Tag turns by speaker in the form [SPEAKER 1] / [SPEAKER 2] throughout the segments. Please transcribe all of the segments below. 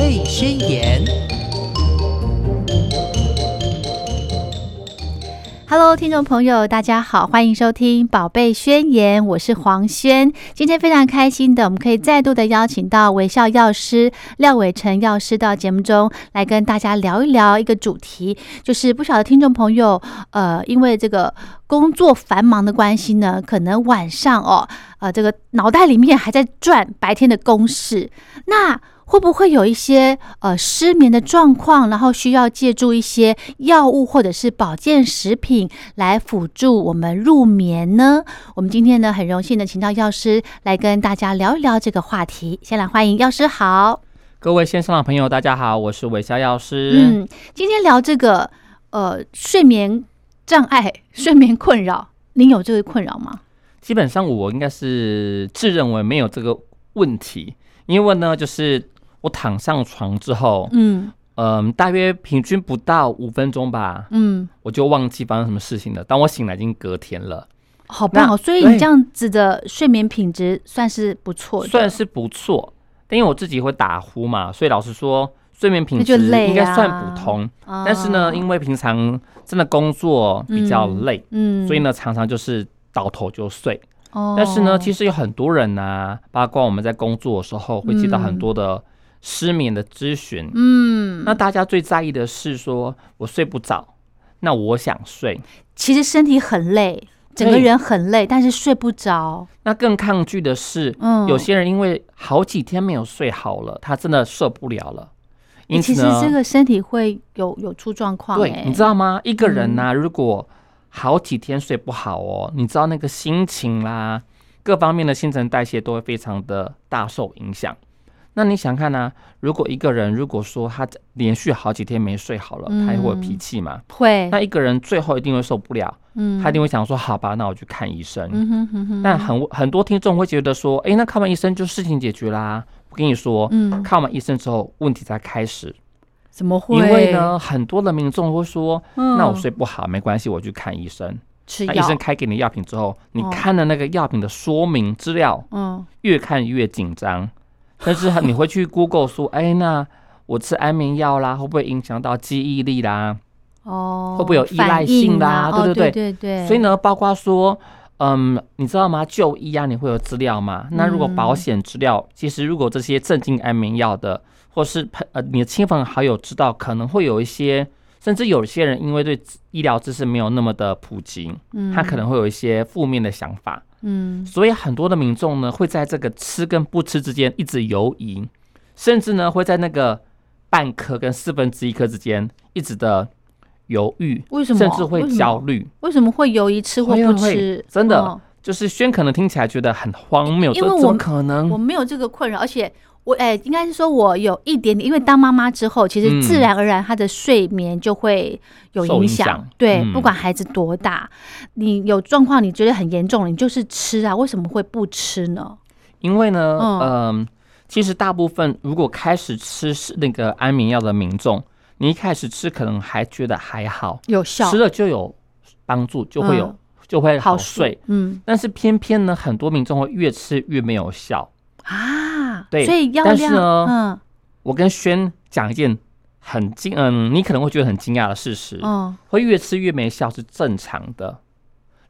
[SPEAKER 1] 类宣言。
[SPEAKER 2] Hello，听众朋友，大家好，欢迎收听《宝贝宣言》，我是黄轩。今天非常开心的，我们可以再度的邀请到微笑药师廖伟成药师到节目中来跟大家聊一聊一个主题，就是不少的听众朋友，呃，因为这个工作繁忙的关系呢，可能晚上哦，呃，这个脑袋里面还在转白天的公事，那。会不会有一些呃失眠的状况，然后需要借助一些药物或者是保健食品来辅助我们入眠呢？我们今天呢很荣幸的请到药师来跟大家聊一聊这个话题。先来欢迎药师好，
[SPEAKER 3] 各位线上的朋友，大家好，我是韦逍药师。
[SPEAKER 2] 嗯，今天聊这个呃睡眠障碍、睡眠困扰，您有这个困扰吗？
[SPEAKER 3] 基本上我应该是自认为没有这个问题，因为呢，就是我躺上床之后，
[SPEAKER 2] 嗯
[SPEAKER 3] 嗯、大约平均不到五分钟吧，
[SPEAKER 2] 嗯，
[SPEAKER 3] 我就忘记发生什么事情了。当我醒来已经隔天了，
[SPEAKER 2] 好棒哦！
[SPEAKER 3] 那
[SPEAKER 2] 所以你这样子的睡眠品质算是不错的，
[SPEAKER 3] 算是不错，但因为我自己会打呼嘛，所以老实说，睡眠品质
[SPEAKER 2] 那就累啊
[SPEAKER 3] 应该算普通。
[SPEAKER 2] 啊。
[SPEAKER 3] 但是呢，因为平常真的工作比较累，
[SPEAKER 2] 嗯，
[SPEAKER 3] 所以呢，常常就是倒头就睡。
[SPEAKER 2] 哦，
[SPEAKER 3] 但是呢，其实有很多人呢、包括我们在工作的时候会接到很多的失眠的咨询。
[SPEAKER 2] 嗯，
[SPEAKER 3] 那大家最在意的是说，我睡不着，那我想睡。
[SPEAKER 2] 其实身体很累，整个
[SPEAKER 3] 对
[SPEAKER 2] 人很累，但是睡不着。
[SPEAKER 3] 那更抗拒的是，
[SPEAKER 2] 嗯，
[SPEAKER 3] 有些人因为好几天没有睡好了，他真的受不了了。
[SPEAKER 2] 欸
[SPEAKER 3] 因
[SPEAKER 2] 其
[SPEAKER 3] 此
[SPEAKER 2] 实
[SPEAKER 3] 呢，
[SPEAKER 2] 这个身体会有有出状况、欸。嗯
[SPEAKER 3] 对，你知道吗？一个人呢、如果好几天睡不好哦，你知道那个心情啦，各方面的新陈代谢都会非常的大受影响。那你想看呢、如果一个人如果说他连续好几天没睡好了，
[SPEAKER 2] 嗯
[SPEAKER 3] 他也会有脾气嘛。
[SPEAKER 2] 会，
[SPEAKER 3] 那一个人最后一定会受不了，
[SPEAKER 2] 嗯，
[SPEAKER 3] 他一定会想说：好吧，那我去看医生。
[SPEAKER 2] 嗯哼哼哼，
[SPEAKER 3] 但很很多听众会觉得说：诶，那看完医生就事情解决啦。我跟你说，
[SPEAKER 2] 嗯，
[SPEAKER 3] 看完医生之后问题才开始，
[SPEAKER 2] 怎么会？
[SPEAKER 3] 因为，呢，很多的民众会说。
[SPEAKER 2] 嗯、
[SPEAKER 3] 那我睡不好没关系，我去看医生。
[SPEAKER 2] 吃
[SPEAKER 3] 那医生
[SPEAKER 2] 药，
[SPEAKER 3] 开给你药品之后，你
[SPEAKER 2] 哦
[SPEAKER 3] 看了那个药品的说明资料，
[SPEAKER 2] 嗯，
[SPEAKER 3] 越看越紧 张，但是你会去 Google 说，哎，那我吃安眠药啦，会不会影响到记忆力啦？
[SPEAKER 2] 哦，
[SPEAKER 3] 会不会有依
[SPEAKER 2] 反
[SPEAKER 3] 赖
[SPEAKER 2] 应
[SPEAKER 3] 性啦
[SPEAKER 2] 啊
[SPEAKER 3] 对
[SPEAKER 2] 哦对
[SPEAKER 3] 对
[SPEAKER 2] 对
[SPEAKER 3] 对
[SPEAKER 2] 对，
[SPEAKER 3] 所以，呢，包括说。嗯，你知道吗？就医啊，你会有资料吗？那如果保险资料，其实如果这些镇静安眠药的，或是朋呃你的亲朋好友知道，可能会有一些，甚至有些人因为对医疗知识没有那么的普及，
[SPEAKER 2] 嗯，
[SPEAKER 3] 他可能会有一些负面的想法，
[SPEAKER 2] 嗯，
[SPEAKER 3] 所以很多的民众呢会在这个吃跟不吃之间一直游移，甚至呢会在那个半颗跟四分之一颗之间一直的犹豫，
[SPEAKER 2] 为什么？
[SPEAKER 3] 甚至会
[SPEAKER 2] 为什么
[SPEAKER 3] 焦虑。
[SPEAKER 2] 为什么会犹疑吃或
[SPEAKER 3] 会
[SPEAKER 2] 不
[SPEAKER 3] 会
[SPEAKER 2] 吃？
[SPEAKER 3] 真的
[SPEAKER 2] 哦
[SPEAKER 3] 就是轩可能听起来觉得很荒谬，
[SPEAKER 2] 因
[SPEAKER 3] 这
[SPEAKER 2] 为
[SPEAKER 3] 怎
[SPEAKER 2] 我
[SPEAKER 3] 么可
[SPEAKER 2] 我
[SPEAKER 3] 能？
[SPEAKER 2] 没有这个困扰，而且我哎、应该是说我有一点点，因为当妈妈之后，其实
[SPEAKER 3] 嗯
[SPEAKER 2] 自然而然她的睡眠就会有
[SPEAKER 3] 受
[SPEAKER 2] 影
[SPEAKER 3] 影
[SPEAKER 2] 响。
[SPEAKER 3] 响
[SPEAKER 2] 对，
[SPEAKER 3] 嗯
[SPEAKER 2] 不管孩子多大，你有状况，你觉得很严重了，你就是吃啊，为什么会不吃呢？
[SPEAKER 3] 因为呢，
[SPEAKER 2] 嗯
[SPEAKER 3] 嗯、其实大部分如果开始吃是那个安眠药的民众，你一开始吃可能还觉得还好，
[SPEAKER 2] 有效
[SPEAKER 3] 吃了就有帮助，就会有、
[SPEAKER 2] 嗯
[SPEAKER 3] 就会好
[SPEAKER 2] 处
[SPEAKER 3] 睡。，
[SPEAKER 2] 嗯
[SPEAKER 3] 但是偏偏呢，很多民众会越吃越没有效。
[SPEAKER 2] 啊，
[SPEAKER 3] 对
[SPEAKER 2] 所以药
[SPEAKER 3] 但是
[SPEAKER 2] 量，嗯
[SPEAKER 3] 呢我跟轩讲一件很惊，嗯，你可能会觉得很惊讶的事实，
[SPEAKER 2] 嗯
[SPEAKER 3] 会越吃越没效是正常的。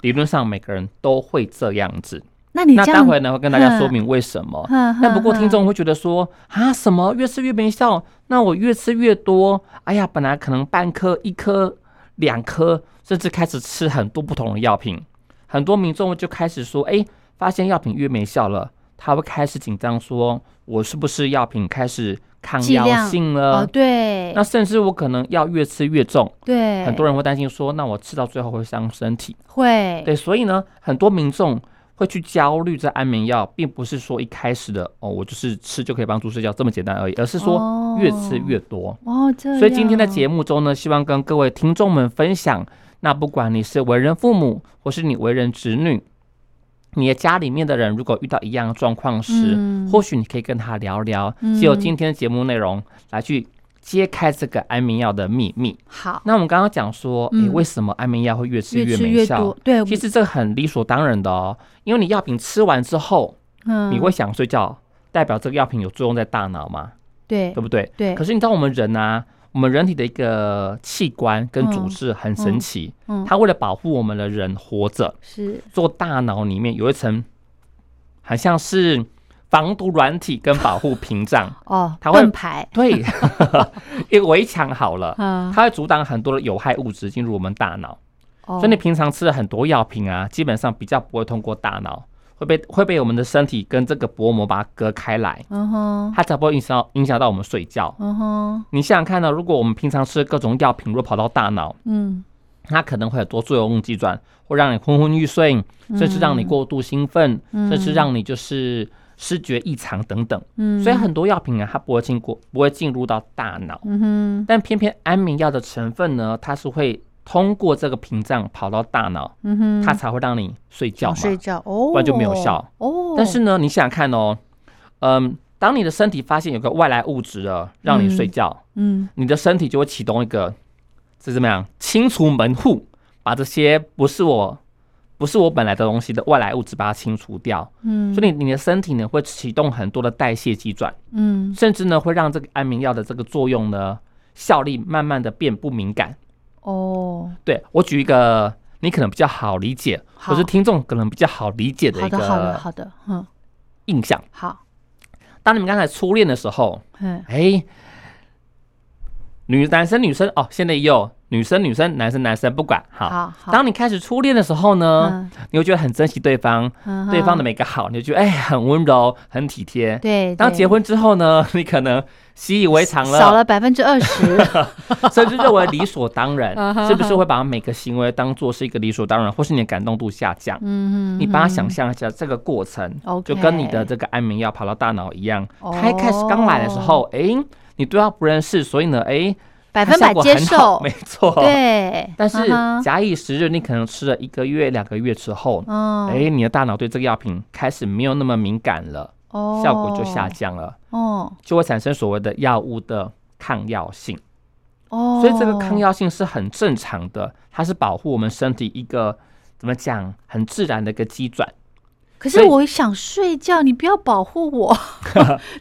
[SPEAKER 3] 理论上每个人都会这样子。
[SPEAKER 2] 那你
[SPEAKER 3] 那
[SPEAKER 2] 这
[SPEAKER 3] 待
[SPEAKER 2] 样，嗯
[SPEAKER 3] 会呢，会跟大家说明为什么。但不过听众会觉得说啊，什么越吃越没效？那我越吃越多，哎呀，本来可能半颗、一颗、两颗，甚至开始吃很多不同的药品。很多民众就开始说，哎，发现药品越没效了，他会开始紧张说，我是不是药品开始抗
[SPEAKER 2] 剂量
[SPEAKER 3] 药性了？
[SPEAKER 2] 哦，对
[SPEAKER 3] 呃那甚至我可能要越吃越重，
[SPEAKER 2] 对，
[SPEAKER 3] 很多人会担心说，那我吃到最后会伤身体。
[SPEAKER 2] 会
[SPEAKER 3] 对，所以呢，很多民众会去焦虑这安眠药，并不是说一开始的哦，我就是吃就可以帮助睡觉这么简单而已，而是说
[SPEAKER 2] 哦
[SPEAKER 3] 越吃越多。
[SPEAKER 2] 哦，这样
[SPEAKER 3] 所以今天的节目中呢，希望跟各位听众们分享，那不管你是为人父母，或是你为人子女。你的家里面的人如果遇到一样的状况时，
[SPEAKER 2] 嗯
[SPEAKER 3] 或许你可以跟他聊聊，借由今天的节目内容来去揭开这个安眠药的秘密。
[SPEAKER 2] 好，
[SPEAKER 3] 那我们刚刚讲说，诶、
[SPEAKER 2] 嗯
[SPEAKER 3] 为什么安眠药会越吃
[SPEAKER 2] 越吃
[SPEAKER 3] 没
[SPEAKER 2] 越
[SPEAKER 3] 效？
[SPEAKER 2] 多，对，
[SPEAKER 3] 其实这很理所当然的哦，因为你药品吃完之后，
[SPEAKER 2] 嗯
[SPEAKER 3] 你会想睡觉，代表这个药品有作用在大脑嘛？
[SPEAKER 2] 对
[SPEAKER 3] 对不对？
[SPEAKER 2] 对
[SPEAKER 3] 可是你知道我们人啊，我们人体的一个器官跟组
[SPEAKER 2] 嗯
[SPEAKER 3] 织很
[SPEAKER 2] 嗯
[SPEAKER 3] 神奇，
[SPEAKER 2] 嗯
[SPEAKER 3] 它为了保护我们的人活着，
[SPEAKER 2] 是
[SPEAKER 3] 做大脑里面有一层，好像是防毒软体跟保护 屏障，
[SPEAKER 2] 哦，
[SPEAKER 3] 它会
[SPEAKER 2] 盾牌，
[SPEAKER 3] 对， 一个围墙好了，
[SPEAKER 2] 嗯，
[SPEAKER 3] 它会阻挡很多的有害物质进入我们大脑，
[SPEAKER 2] 哦
[SPEAKER 3] 所以你平常吃了很多药品啊，基本上比较不会通过大脑，会被会被我们的身体跟这个薄膜把它隔开来，
[SPEAKER 2] 嗯哼，
[SPEAKER 3] 它才不会影响到影响到我们睡觉。
[SPEAKER 2] 嗯哼，
[SPEAKER 3] 你想想看呢，哦如果我们平常吃各种药品，如果跑到大脑，
[SPEAKER 2] 嗯，
[SPEAKER 3] 它可能会有多作用机转，会让你昏昏欲睡，甚至让你过度兴奋，
[SPEAKER 2] 嗯
[SPEAKER 3] 甚至让你就是视觉异常等等。
[SPEAKER 2] 嗯，
[SPEAKER 3] 所以很多药品啊，它不会经过，不会进入到大脑，
[SPEAKER 2] 嗯哼，
[SPEAKER 3] 但偏偏安眠药的成分呢，它是会通过这个屏障跑到大脑，
[SPEAKER 2] 嗯哼，
[SPEAKER 3] 它才会让你睡觉
[SPEAKER 2] 想
[SPEAKER 3] 嘛。
[SPEAKER 2] 睡觉哦，
[SPEAKER 3] 不然就没有效
[SPEAKER 2] 哦。
[SPEAKER 3] 但是呢，你想想看哦，嗯，当你的身体发现有个外来物质了，让你睡觉，
[SPEAKER 2] 嗯，
[SPEAKER 3] 你的身体就会启动一个，这怎么样？清除门户，把这些不是我。不是我本来的东西的外来物质，把它清除掉。
[SPEAKER 2] 嗯
[SPEAKER 3] 所以你你的身体呢会启动很多的代谢机转，
[SPEAKER 2] 嗯
[SPEAKER 3] 甚至呢会让这个安眠药的这个作用呢效力慢慢的变不敏感。
[SPEAKER 2] 哦，
[SPEAKER 3] 对我举一个你可能比较好理解，
[SPEAKER 2] 好
[SPEAKER 3] 或是听众可能比较好理解的
[SPEAKER 2] 好
[SPEAKER 3] 一
[SPEAKER 2] 的好的
[SPEAKER 3] 个
[SPEAKER 2] 好的，嗯，
[SPEAKER 3] 印象。
[SPEAKER 2] 好，
[SPEAKER 3] 当你们刚才初恋的时候，
[SPEAKER 2] 嗯
[SPEAKER 3] 哎，女男生女生哦，现在也有女生女生男生男生不管好。
[SPEAKER 2] 好好，
[SPEAKER 3] 当你开始初恋的时候呢，
[SPEAKER 2] 嗯
[SPEAKER 3] 你会觉得很珍惜对方，
[SPEAKER 2] 嗯
[SPEAKER 3] 对方的
[SPEAKER 2] 哼
[SPEAKER 3] 每个好，你就觉得哎很温柔，很体贴。
[SPEAKER 2] 对，
[SPEAKER 3] 当
[SPEAKER 2] 对
[SPEAKER 3] 结婚之后呢， 你可能习以为常
[SPEAKER 2] 少了百分之二 十，
[SPEAKER 3] 甚至认为理所 当然
[SPEAKER 2] 啊哈，哈
[SPEAKER 3] 是不是会把每个行为当做是一个理所当然，或是你的感动度下降？
[SPEAKER 2] 嗯哼，
[SPEAKER 3] 你把它想象一下，这个过程
[SPEAKER 2] OK
[SPEAKER 3] 就跟你的这个安眠药跑到大脑一样。
[SPEAKER 2] 哦
[SPEAKER 3] 它一开始刚来的时候，哎，你对它不认识，所以呢，哎，
[SPEAKER 2] 百
[SPEAKER 3] 它
[SPEAKER 2] 分百
[SPEAKER 3] 效果
[SPEAKER 2] 接
[SPEAKER 3] 很好
[SPEAKER 2] 受
[SPEAKER 3] 没，错。
[SPEAKER 2] 对，
[SPEAKER 3] 但是
[SPEAKER 2] 嗯哼
[SPEAKER 3] 假以时日，你可能吃了一个月、两个月之后，
[SPEAKER 2] 嗯，
[SPEAKER 3] 哎，你的大脑对这个药品开始没有那么敏感了，
[SPEAKER 2] 哦，
[SPEAKER 3] 效果就下降了，
[SPEAKER 2] 哦
[SPEAKER 3] 就会产生所谓的药物的抗药性。
[SPEAKER 2] 哦，
[SPEAKER 3] 所以这个抗药性是很正常的，它是保护我们身体一个怎么讲很自然的一个机转，
[SPEAKER 2] 可
[SPEAKER 3] 所
[SPEAKER 2] 是
[SPEAKER 3] 以
[SPEAKER 2] 我想睡觉，你不要保护 我，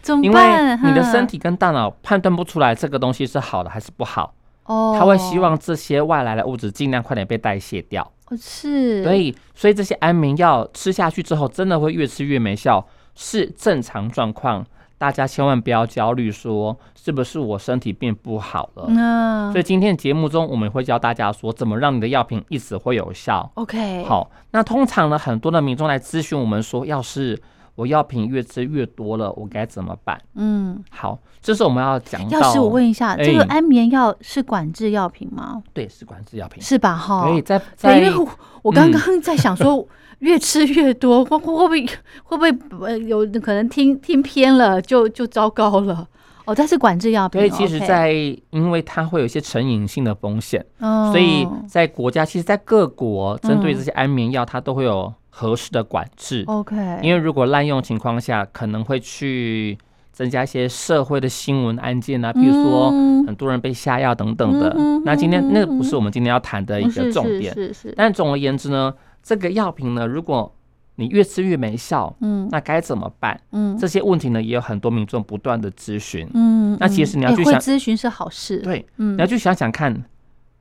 [SPEAKER 2] 怎么
[SPEAKER 3] 因为
[SPEAKER 2] 办？
[SPEAKER 3] 你的
[SPEAKER 2] 哼
[SPEAKER 3] 身体跟大脑判断不出来这个东西是好的还是不好，
[SPEAKER 2] 哦，
[SPEAKER 3] 它会希望这些外来的物质尽量快点被代谢掉。
[SPEAKER 2] 哦是，
[SPEAKER 3] 所以，所以这些安眠药吃下去之后，真的会越吃越没效，是正常状况。大家千万不要焦虑，说是不是我身体变不好了？
[SPEAKER 2] 嗯
[SPEAKER 3] 所以今天节目中，我们会教大家说，怎么让你的药品一直会有效。
[SPEAKER 2] ，OK，，
[SPEAKER 3] 好，那通常呢，很多的民众来咨询我们说，要是我药品越吃越多了，我该怎么办？
[SPEAKER 2] 嗯，
[SPEAKER 3] 好，这是我们要讲到。
[SPEAKER 2] 要是我问一下，这个
[SPEAKER 3] 哎
[SPEAKER 2] 安眠药是管制药品吗？
[SPEAKER 3] 对，是管制药品。
[SPEAKER 2] 是吧？哈，
[SPEAKER 3] 所以嗯在
[SPEAKER 2] 哦对，
[SPEAKER 3] 在
[SPEAKER 2] 因为我我刚刚在想 说，越吃越多，会会会不会会不会呃有可能听听偏了，就就糟糕了？哦，但是管制药品，
[SPEAKER 3] 所以其实
[SPEAKER 2] 哦 OK
[SPEAKER 3] 在，因为它会有一些成瘾性的风险，
[SPEAKER 2] 嗯
[SPEAKER 3] 所以在国家，其实，在各国针对
[SPEAKER 2] 嗯
[SPEAKER 3] 这些安眠药，它都会有合适的管制。
[SPEAKER 2] OK，
[SPEAKER 3] 因为如果滥用情况下，可能会去增加一些社会的新闻案件啊，比如说
[SPEAKER 2] 嗯
[SPEAKER 3] 很多人被下药等等的。
[SPEAKER 2] 嗯哼
[SPEAKER 3] 那今
[SPEAKER 2] 嗯
[SPEAKER 3] 天
[SPEAKER 2] 哼哦
[SPEAKER 3] 那个不是我们今天要谈的呃一个
[SPEAKER 2] 是
[SPEAKER 3] 重
[SPEAKER 2] 是
[SPEAKER 3] 点。
[SPEAKER 2] 是是，
[SPEAKER 3] 但总而言之呢，这个药品呢，如果你越吃越没效，
[SPEAKER 2] 嗯
[SPEAKER 3] 那该怎么办？
[SPEAKER 2] 嗯
[SPEAKER 3] 这些问题呢，也有很多民众不断的咨询。
[SPEAKER 2] 嗯，
[SPEAKER 3] 那其实
[SPEAKER 2] 嗯
[SPEAKER 3] 你要
[SPEAKER 2] 哎
[SPEAKER 3] 去
[SPEAKER 2] 会
[SPEAKER 3] 想
[SPEAKER 2] 咨询是好事，，
[SPEAKER 3] 对，
[SPEAKER 2] 嗯
[SPEAKER 3] 你要去想想看，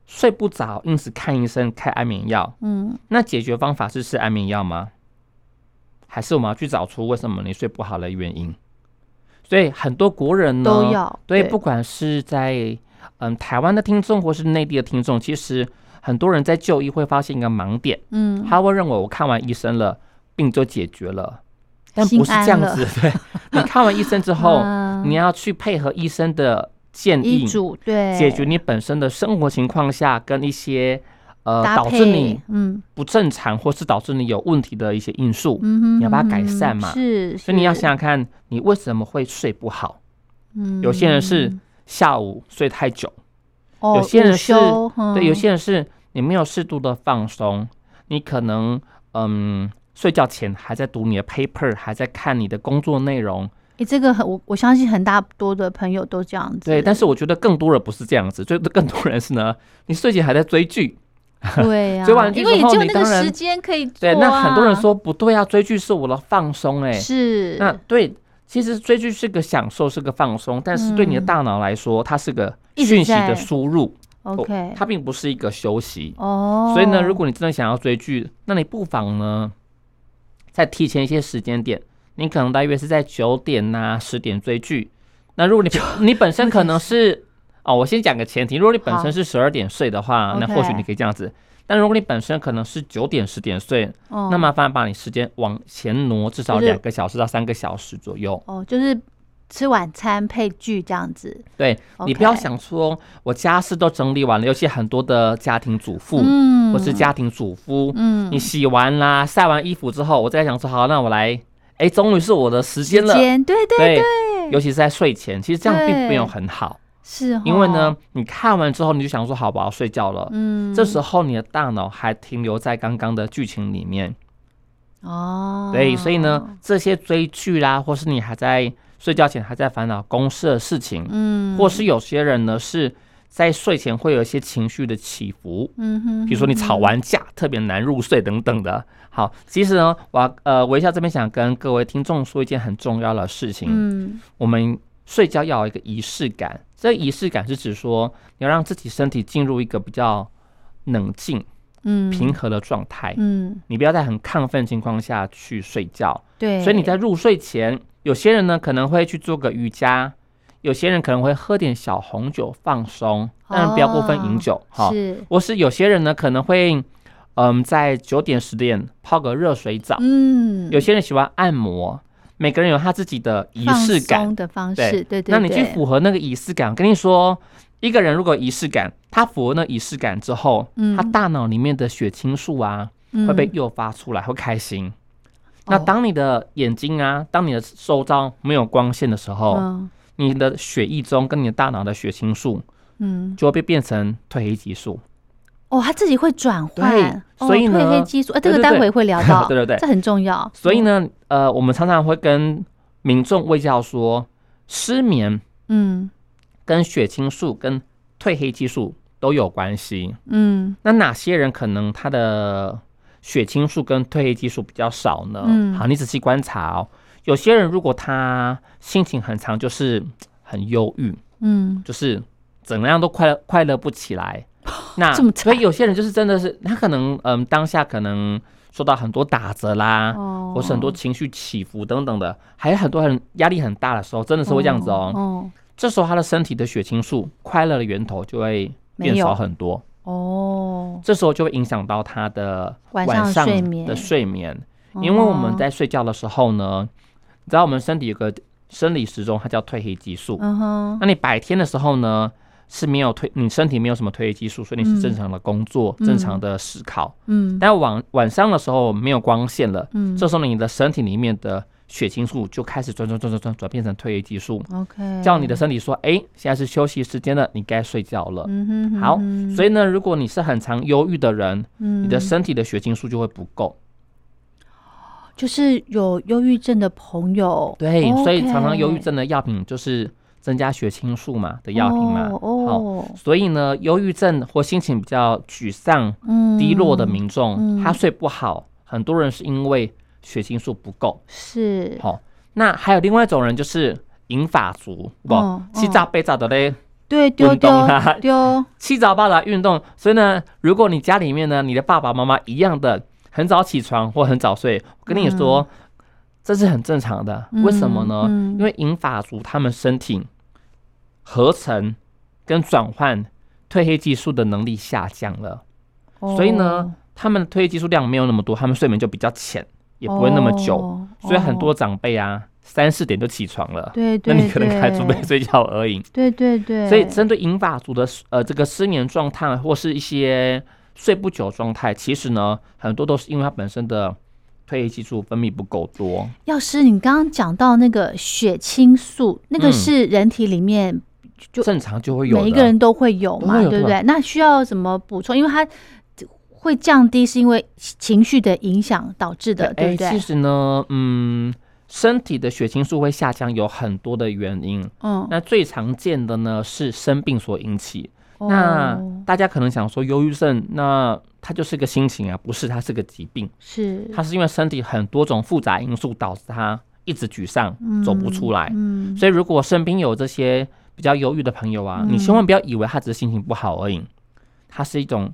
[SPEAKER 3] 睡不着，因此看医生开安眠药，
[SPEAKER 2] 嗯
[SPEAKER 3] 那解决方法是吃安眠药吗？还是我们要去找出为什么你睡不好的原因？所以很多国人呢，
[SPEAKER 2] 都要
[SPEAKER 3] 嗯哦对，
[SPEAKER 2] 对
[SPEAKER 3] 不管是在嗯台湾的听众或是内地的听众，其实很多人在就医会发现一个盲点，
[SPEAKER 2] 嗯
[SPEAKER 3] 他会认为我看完医生了，病就解决了，但
[SPEAKER 2] 心
[SPEAKER 3] 不是这样子。 对，你看完医生之后，
[SPEAKER 2] 嗯
[SPEAKER 3] 你要去配合医生的建
[SPEAKER 2] 医
[SPEAKER 3] 议，
[SPEAKER 2] 嘱对
[SPEAKER 3] 解决你本身的生活情况下跟一些呃
[SPEAKER 2] 搭
[SPEAKER 3] 导
[SPEAKER 2] 配，
[SPEAKER 3] 致你
[SPEAKER 2] 嗯
[SPEAKER 3] 不正常或是导致你有问题的一些因素。
[SPEAKER 2] 嗯哼，
[SPEAKER 3] 你要把
[SPEAKER 2] 嗯
[SPEAKER 3] 它改
[SPEAKER 2] 哼
[SPEAKER 3] 善嘛
[SPEAKER 2] 是，
[SPEAKER 3] 所以你要
[SPEAKER 2] 是
[SPEAKER 3] 想，想看，你为什么会睡不好？
[SPEAKER 2] 嗯
[SPEAKER 3] 有些人是下午睡太久，
[SPEAKER 2] 哦
[SPEAKER 3] 有些
[SPEAKER 2] 午
[SPEAKER 3] 人是
[SPEAKER 2] 休
[SPEAKER 3] 对，有
[SPEAKER 2] 嗯
[SPEAKER 3] 些人是你没有适度的放松，你可能嗯睡觉前还在读你的 paper，还在看你的工作内容。
[SPEAKER 2] 诶，哎这个很我我相信很大多的朋友都这样子。
[SPEAKER 3] 对，但是我觉得更多人不是这样子，最更多人是呢，你睡前还在追剧。
[SPEAKER 2] 对 啊，
[SPEAKER 3] 追完剧
[SPEAKER 2] 因为
[SPEAKER 3] 之
[SPEAKER 2] 也
[SPEAKER 3] 后
[SPEAKER 2] 只有
[SPEAKER 3] 你
[SPEAKER 2] 那个
[SPEAKER 3] 当然
[SPEAKER 2] 时间可以做、啊。
[SPEAKER 3] 对，那很多人说不对啊，追剧是我的放松哎、
[SPEAKER 2] 是
[SPEAKER 3] 那对，其实追剧是个享受，是个放松，但是对你的大脑来说，它是个
[SPEAKER 2] 嗯一直
[SPEAKER 3] 讯息
[SPEAKER 2] 在
[SPEAKER 3] 的输入，
[SPEAKER 2] ，OK，
[SPEAKER 3] 它并不是一个休息。
[SPEAKER 2] 哦，
[SPEAKER 3] 所以呢，如果你真的想要追剧，那你不妨呢，再提前一些时间点，你可能大约是在九点呐、十点追剧。那如果你 你本身可 能是哦，我先讲个前提，如果你本
[SPEAKER 2] 好
[SPEAKER 3] 身是十二点睡的话，那
[SPEAKER 2] OK
[SPEAKER 3] 或许你可以这样子。但如果你本身可能是九点、十点睡，
[SPEAKER 2] 哦
[SPEAKER 3] 那麻烦把你时间往前挪，至少
[SPEAKER 2] 就是
[SPEAKER 3] 两个小时到三个小时左右。
[SPEAKER 2] 哦，就是吃晚餐配剧这样子，
[SPEAKER 3] 对
[SPEAKER 2] OK
[SPEAKER 3] 你不要想说我家事都整理完了，尤其很多的家庭主妇、
[SPEAKER 2] 嗯
[SPEAKER 3] 或是家庭主夫，
[SPEAKER 2] 嗯
[SPEAKER 3] 你洗完啦、晒完衣服之后，我再想说好，那我来，哎，终于是我的时间了。
[SPEAKER 2] 间，对对
[SPEAKER 3] 对
[SPEAKER 2] 对，
[SPEAKER 3] 尤其是在睡前，其实这样并没有
[SPEAKER 2] 对
[SPEAKER 3] 很好，
[SPEAKER 2] 是，哦
[SPEAKER 3] 因为呢，，你看完之后你就想说好，我要睡觉了。
[SPEAKER 2] 嗯，
[SPEAKER 3] 这时候你的大脑还停留在刚刚的剧情里面，
[SPEAKER 2] 哦，
[SPEAKER 3] 对，所以呢，这些追剧啦，或是你还在睡觉前还在烦恼公事的事情，
[SPEAKER 2] 嗯，
[SPEAKER 3] 或是有些人呢是在睡前会有一些情绪的起伏，
[SPEAKER 2] 嗯哼，
[SPEAKER 3] 比如说你吵完架特别难入睡等等的。好，其实呢，我要呃微笑这边想跟各位听众说一件很重要的事情，
[SPEAKER 2] 嗯
[SPEAKER 3] 我们睡觉要有一个仪式感。这个仪式感是指说，你要让自己身体进入一个比较冷静、
[SPEAKER 2] 嗯
[SPEAKER 3] 平和的状态，
[SPEAKER 2] 嗯
[SPEAKER 3] 你不要在很亢奋情况下去睡觉。
[SPEAKER 2] 对，
[SPEAKER 3] 所以你在入睡前，有些人呢可能会去做个瑜伽，有些人可能会喝点小红酒放松，当然不要过分饮酒哈。
[SPEAKER 2] 哦是
[SPEAKER 3] 或是有些人呢可能会，嗯，在九点十点泡个热水澡。
[SPEAKER 2] 嗯
[SPEAKER 3] 有些人喜欢按摩，每个人有他自己的仪式
[SPEAKER 2] 放
[SPEAKER 3] 感。
[SPEAKER 2] 松的方
[SPEAKER 3] 对
[SPEAKER 2] 式，对对，
[SPEAKER 3] 那你去
[SPEAKER 2] 对
[SPEAKER 3] 符合那个仪式感，我跟你说。一个人如果有仪式感，他符合那仪式感之后，
[SPEAKER 2] 嗯
[SPEAKER 3] 他大脑里面的血清素啊，会被
[SPEAKER 2] 嗯
[SPEAKER 3] 诱发出来，会开心。那
[SPEAKER 2] 哦
[SPEAKER 3] 当你的眼睛啊，当你的周遭没有光线的时候，
[SPEAKER 2] 嗯
[SPEAKER 3] 你的血液中跟你的大脑的血清素
[SPEAKER 2] 嗯，
[SPEAKER 3] 就会被变成褪黑激素。
[SPEAKER 2] 哦，它自己会转换，哦
[SPEAKER 3] 所以呢
[SPEAKER 2] 褪黑激素，哎，这个
[SPEAKER 3] 对对
[SPEAKER 2] 待
[SPEAKER 3] 对
[SPEAKER 2] 会会聊到，
[SPEAKER 3] 对对对
[SPEAKER 2] 这很重要，
[SPEAKER 3] 所以
[SPEAKER 2] 嗯
[SPEAKER 3] 呢，呃，我们常常会跟民众卫教说，失眠
[SPEAKER 2] 嗯，
[SPEAKER 3] 跟血清素跟褪黑激素都有关系。
[SPEAKER 2] 嗯
[SPEAKER 3] 那哪些人可能他的血清素跟褪黑激素比较少呢？
[SPEAKER 2] 嗯
[SPEAKER 3] 好，你仔细观察哦。有些人如果他心情很长，就是很忧郁，
[SPEAKER 2] 嗯
[SPEAKER 3] 就是怎么样都快乐快乐不起 来。那
[SPEAKER 2] 这么惨
[SPEAKER 3] 所以有些人就是真的是他可能嗯当下可能受到很多打折啦，
[SPEAKER 2] 嗯，哦
[SPEAKER 3] 啊或是很多情绪起伏等等的，还有很多人压力很大的时候，真的是会这样子哦。
[SPEAKER 2] 哦
[SPEAKER 3] 这时候他的身体的血清素快乐的源头就会
[SPEAKER 2] 没
[SPEAKER 3] 变
[SPEAKER 2] 有
[SPEAKER 3] 少很多，
[SPEAKER 2] 哦，
[SPEAKER 3] 这时候就会影响到他的
[SPEAKER 2] 晚
[SPEAKER 3] 晚
[SPEAKER 2] 上
[SPEAKER 3] 上
[SPEAKER 2] 睡眠
[SPEAKER 3] 的睡眠，因为我
[SPEAKER 2] 哦
[SPEAKER 3] 们在睡觉的时候呢，你知道我们身体有个生理时钟，它叫褪黑激素。
[SPEAKER 2] 嗯哼，
[SPEAKER 3] 那你白天的时候呢是没有褪，你身体没有什么褪黑激素，所以你是
[SPEAKER 2] 嗯
[SPEAKER 3] 正常的工作、
[SPEAKER 2] 嗯
[SPEAKER 3] 正常的思考。
[SPEAKER 2] 嗯
[SPEAKER 3] 但晚晚上的时候没有光线了，
[SPEAKER 2] 嗯
[SPEAKER 3] 这时候呢你的身体里面的血清素就开始转转转转转转变成褪黑激素，
[SPEAKER 2] ，OK，
[SPEAKER 3] 叫你的身体说，哎、现在是休息时间了，你该睡觉了。
[SPEAKER 2] 嗯哼，嗯嗯哼
[SPEAKER 3] 好，所以呢，如果你是很常忧郁的人，
[SPEAKER 2] 你
[SPEAKER 3] 你的身体的血清素就会不够。
[SPEAKER 2] 就是有忧郁症的朋友，
[SPEAKER 3] 对
[SPEAKER 2] OK
[SPEAKER 3] 所以常常忧郁症的药品就是增加血清素嘛的药品嘛。
[SPEAKER 2] 哦
[SPEAKER 3] 好，
[SPEAKER 2] 哦，
[SPEAKER 3] 所以呢，忧郁症或心情比较沮丧、
[SPEAKER 2] 嗯
[SPEAKER 3] 低落的民众，
[SPEAKER 2] 嗯
[SPEAKER 3] 他睡不好，很多人是因为血清素不够。
[SPEAKER 2] 是
[SPEAKER 3] 好、那还有另外一种人就是银发族，不
[SPEAKER 2] 嗯，
[SPEAKER 3] 七
[SPEAKER 2] 嗯
[SPEAKER 3] 早八早的嘞，
[SPEAKER 2] 对丢
[SPEAKER 3] 运
[SPEAKER 2] 丢
[SPEAKER 3] 动 啊
[SPEAKER 2] 丢，
[SPEAKER 3] 七早八早运动。所以呢，如果你家里面呢，你的爸爸妈妈一样的很早起床或很早睡，我跟你说，这是很正常的。为什么呢？
[SPEAKER 2] 嗯嗯
[SPEAKER 3] 因为银发族他们身体合成跟转换褪黑激素的能力下降了。
[SPEAKER 2] 哦
[SPEAKER 3] 所以呢，他们的褪黑激素量没有那么多，他们睡眠就比较浅，
[SPEAKER 2] 也
[SPEAKER 3] 也不会那么久。所以很。
[SPEAKER 2] 哦
[SPEAKER 3] 多长辈啊，三四点就起床了，
[SPEAKER 2] 对
[SPEAKER 3] 那
[SPEAKER 2] 对，
[SPEAKER 3] 你可能还准备
[SPEAKER 2] 对
[SPEAKER 3] 睡觉而已。
[SPEAKER 2] 对对对，
[SPEAKER 3] 所以针对银发族的呃这个失眠状态或是一些睡不久状态，其实呢，很多都是因为它本身的褪黑激素分泌不够多。
[SPEAKER 2] 药师，你刚刚讲到那个血清素，那个
[SPEAKER 3] 嗯
[SPEAKER 2] 是人体里面就
[SPEAKER 3] 正常就会有的。
[SPEAKER 2] 每一个人都会有
[SPEAKER 3] 都
[SPEAKER 2] 嘛，
[SPEAKER 3] 会有
[SPEAKER 2] 对不
[SPEAKER 3] 对
[SPEAKER 2] 对？那需要怎么补充？因为它会降低，是因为情绪的影响导致的，对
[SPEAKER 3] 哎，
[SPEAKER 2] 不
[SPEAKER 3] 其
[SPEAKER 2] 对？
[SPEAKER 3] 实呢，嗯，身体的血清素会下降有很多的原因，
[SPEAKER 2] 嗯，
[SPEAKER 3] 那最常见的呢是生病所引起。那
[SPEAKER 2] 哦
[SPEAKER 3] 大家可能想说，忧郁症那它就是个心情啊，不是，它是个疾病，
[SPEAKER 2] 是
[SPEAKER 3] 它是因为身体很多种复杂因素导致它一直沮丧，走不出来。
[SPEAKER 2] 嗯
[SPEAKER 3] 所以如果身边有这些比较忧郁的朋友啊，你千万不要以为他只是心情不好而已，它是一种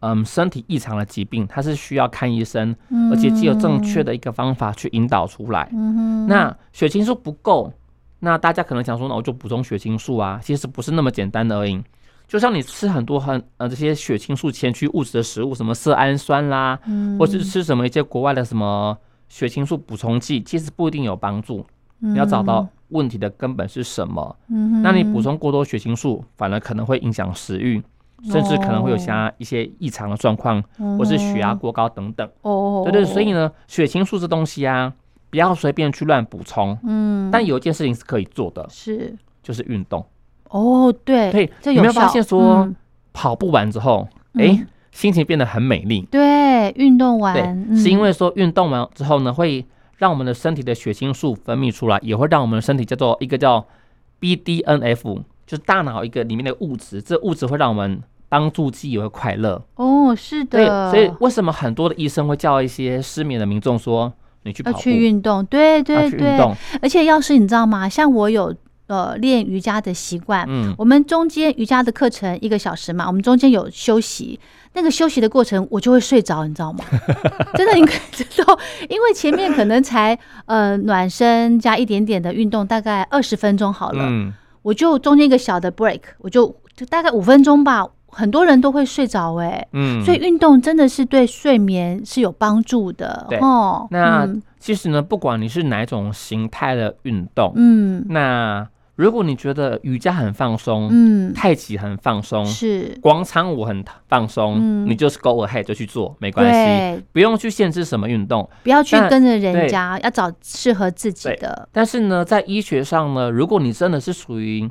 [SPEAKER 3] 嗯身体异常的疾病，它是需要看医生，
[SPEAKER 2] 嗯
[SPEAKER 3] 而且既有正确的一个方法去引导出来。
[SPEAKER 2] 嗯哼
[SPEAKER 3] 那血清素不够，那大家可能想说，那我就补充血清素啊，其实不是那么简单的而已。就像你吃很多很呃这些血清素前驱物质的食物，什么色氨酸啦，
[SPEAKER 2] 嗯
[SPEAKER 3] 或是吃什么一些国外的什么血清素补充剂，其实不一定有帮助。
[SPEAKER 2] 你
[SPEAKER 3] 你要找到问题的根本是什么。
[SPEAKER 2] 嗯
[SPEAKER 3] 那你补充过多血清素，反而可能会影响食欲，甚至可能会有像
[SPEAKER 2] 哦
[SPEAKER 3] 一些异常的状况，
[SPEAKER 2] 嗯哼
[SPEAKER 3] 或是血压过高等等。
[SPEAKER 2] 哦，
[SPEAKER 3] 对对，所以呢，血清素这东西啊，不要随便去乱补充。
[SPEAKER 2] 嗯，
[SPEAKER 3] 但有一件事情是可以做的，
[SPEAKER 2] 是
[SPEAKER 3] 就是运动。
[SPEAKER 2] 哦，对，
[SPEAKER 3] 对
[SPEAKER 2] 这
[SPEAKER 3] 你
[SPEAKER 2] 有
[SPEAKER 3] 没有发
[SPEAKER 2] 效
[SPEAKER 3] 现说哎
[SPEAKER 2] 嗯
[SPEAKER 3] 跑步完之后，
[SPEAKER 2] 嗯
[SPEAKER 3] 诶，心情变得很美丽。
[SPEAKER 2] 对运动完
[SPEAKER 3] 对，
[SPEAKER 2] 嗯
[SPEAKER 3] 是因为说运动完之后呢，会让我们的身体的血清素分泌出来，也会让我们的身体叫做一个叫 BDNF，就是大脑一个里面的物质，这物质会让我们帮助自己会快乐。
[SPEAKER 2] 哦，是
[SPEAKER 3] 对，
[SPEAKER 2] 的，
[SPEAKER 3] 所以为什么很多的医生会叫一些失眠的民众说你去跑
[SPEAKER 2] 要
[SPEAKER 3] 步，
[SPEAKER 2] 去运动，对
[SPEAKER 3] 要
[SPEAKER 2] 对
[SPEAKER 3] 去
[SPEAKER 2] 对
[SPEAKER 3] 运，动，
[SPEAKER 2] 而且药师你知道吗？像我有呃练瑜伽的习惯，
[SPEAKER 3] 嗯，
[SPEAKER 2] 我们中间瑜伽的课程一个小时嘛，我们中间有休息，那个休息的过程我就会睡着，你知道 吗？ 真的，你可以知道，因为前面可能才呃暖身加一点点的运动，大概二十分钟好了，
[SPEAKER 3] 嗯，
[SPEAKER 2] 我就中间一个小的 break，我就就大概五分钟吧，很多人都会睡着哎、
[SPEAKER 3] 嗯，
[SPEAKER 2] 所以运动真的是对睡眠是有帮助的
[SPEAKER 3] 对
[SPEAKER 2] 哦。
[SPEAKER 3] 那
[SPEAKER 2] 嗯
[SPEAKER 3] 其实呢，不管你是哪一种形态的运动，
[SPEAKER 2] 嗯
[SPEAKER 3] 那如果你觉得瑜伽很放松，
[SPEAKER 2] 嗯
[SPEAKER 3] 太极很放松，
[SPEAKER 2] 是
[SPEAKER 3] 广场舞很放松，
[SPEAKER 2] 嗯
[SPEAKER 3] 你就是 go ahead 就去做，没关系，
[SPEAKER 2] 对，
[SPEAKER 3] 不用去限制什么运动。
[SPEAKER 2] 不要去
[SPEAKER 3] 但
[SPEAKER 2] 跟着人家，要找适合自己
[SPEAKER 3] 对
[SPEAKER 2] 的。
[SPEAKER 3] 但是呢，在医学上呢，如果你真的是属于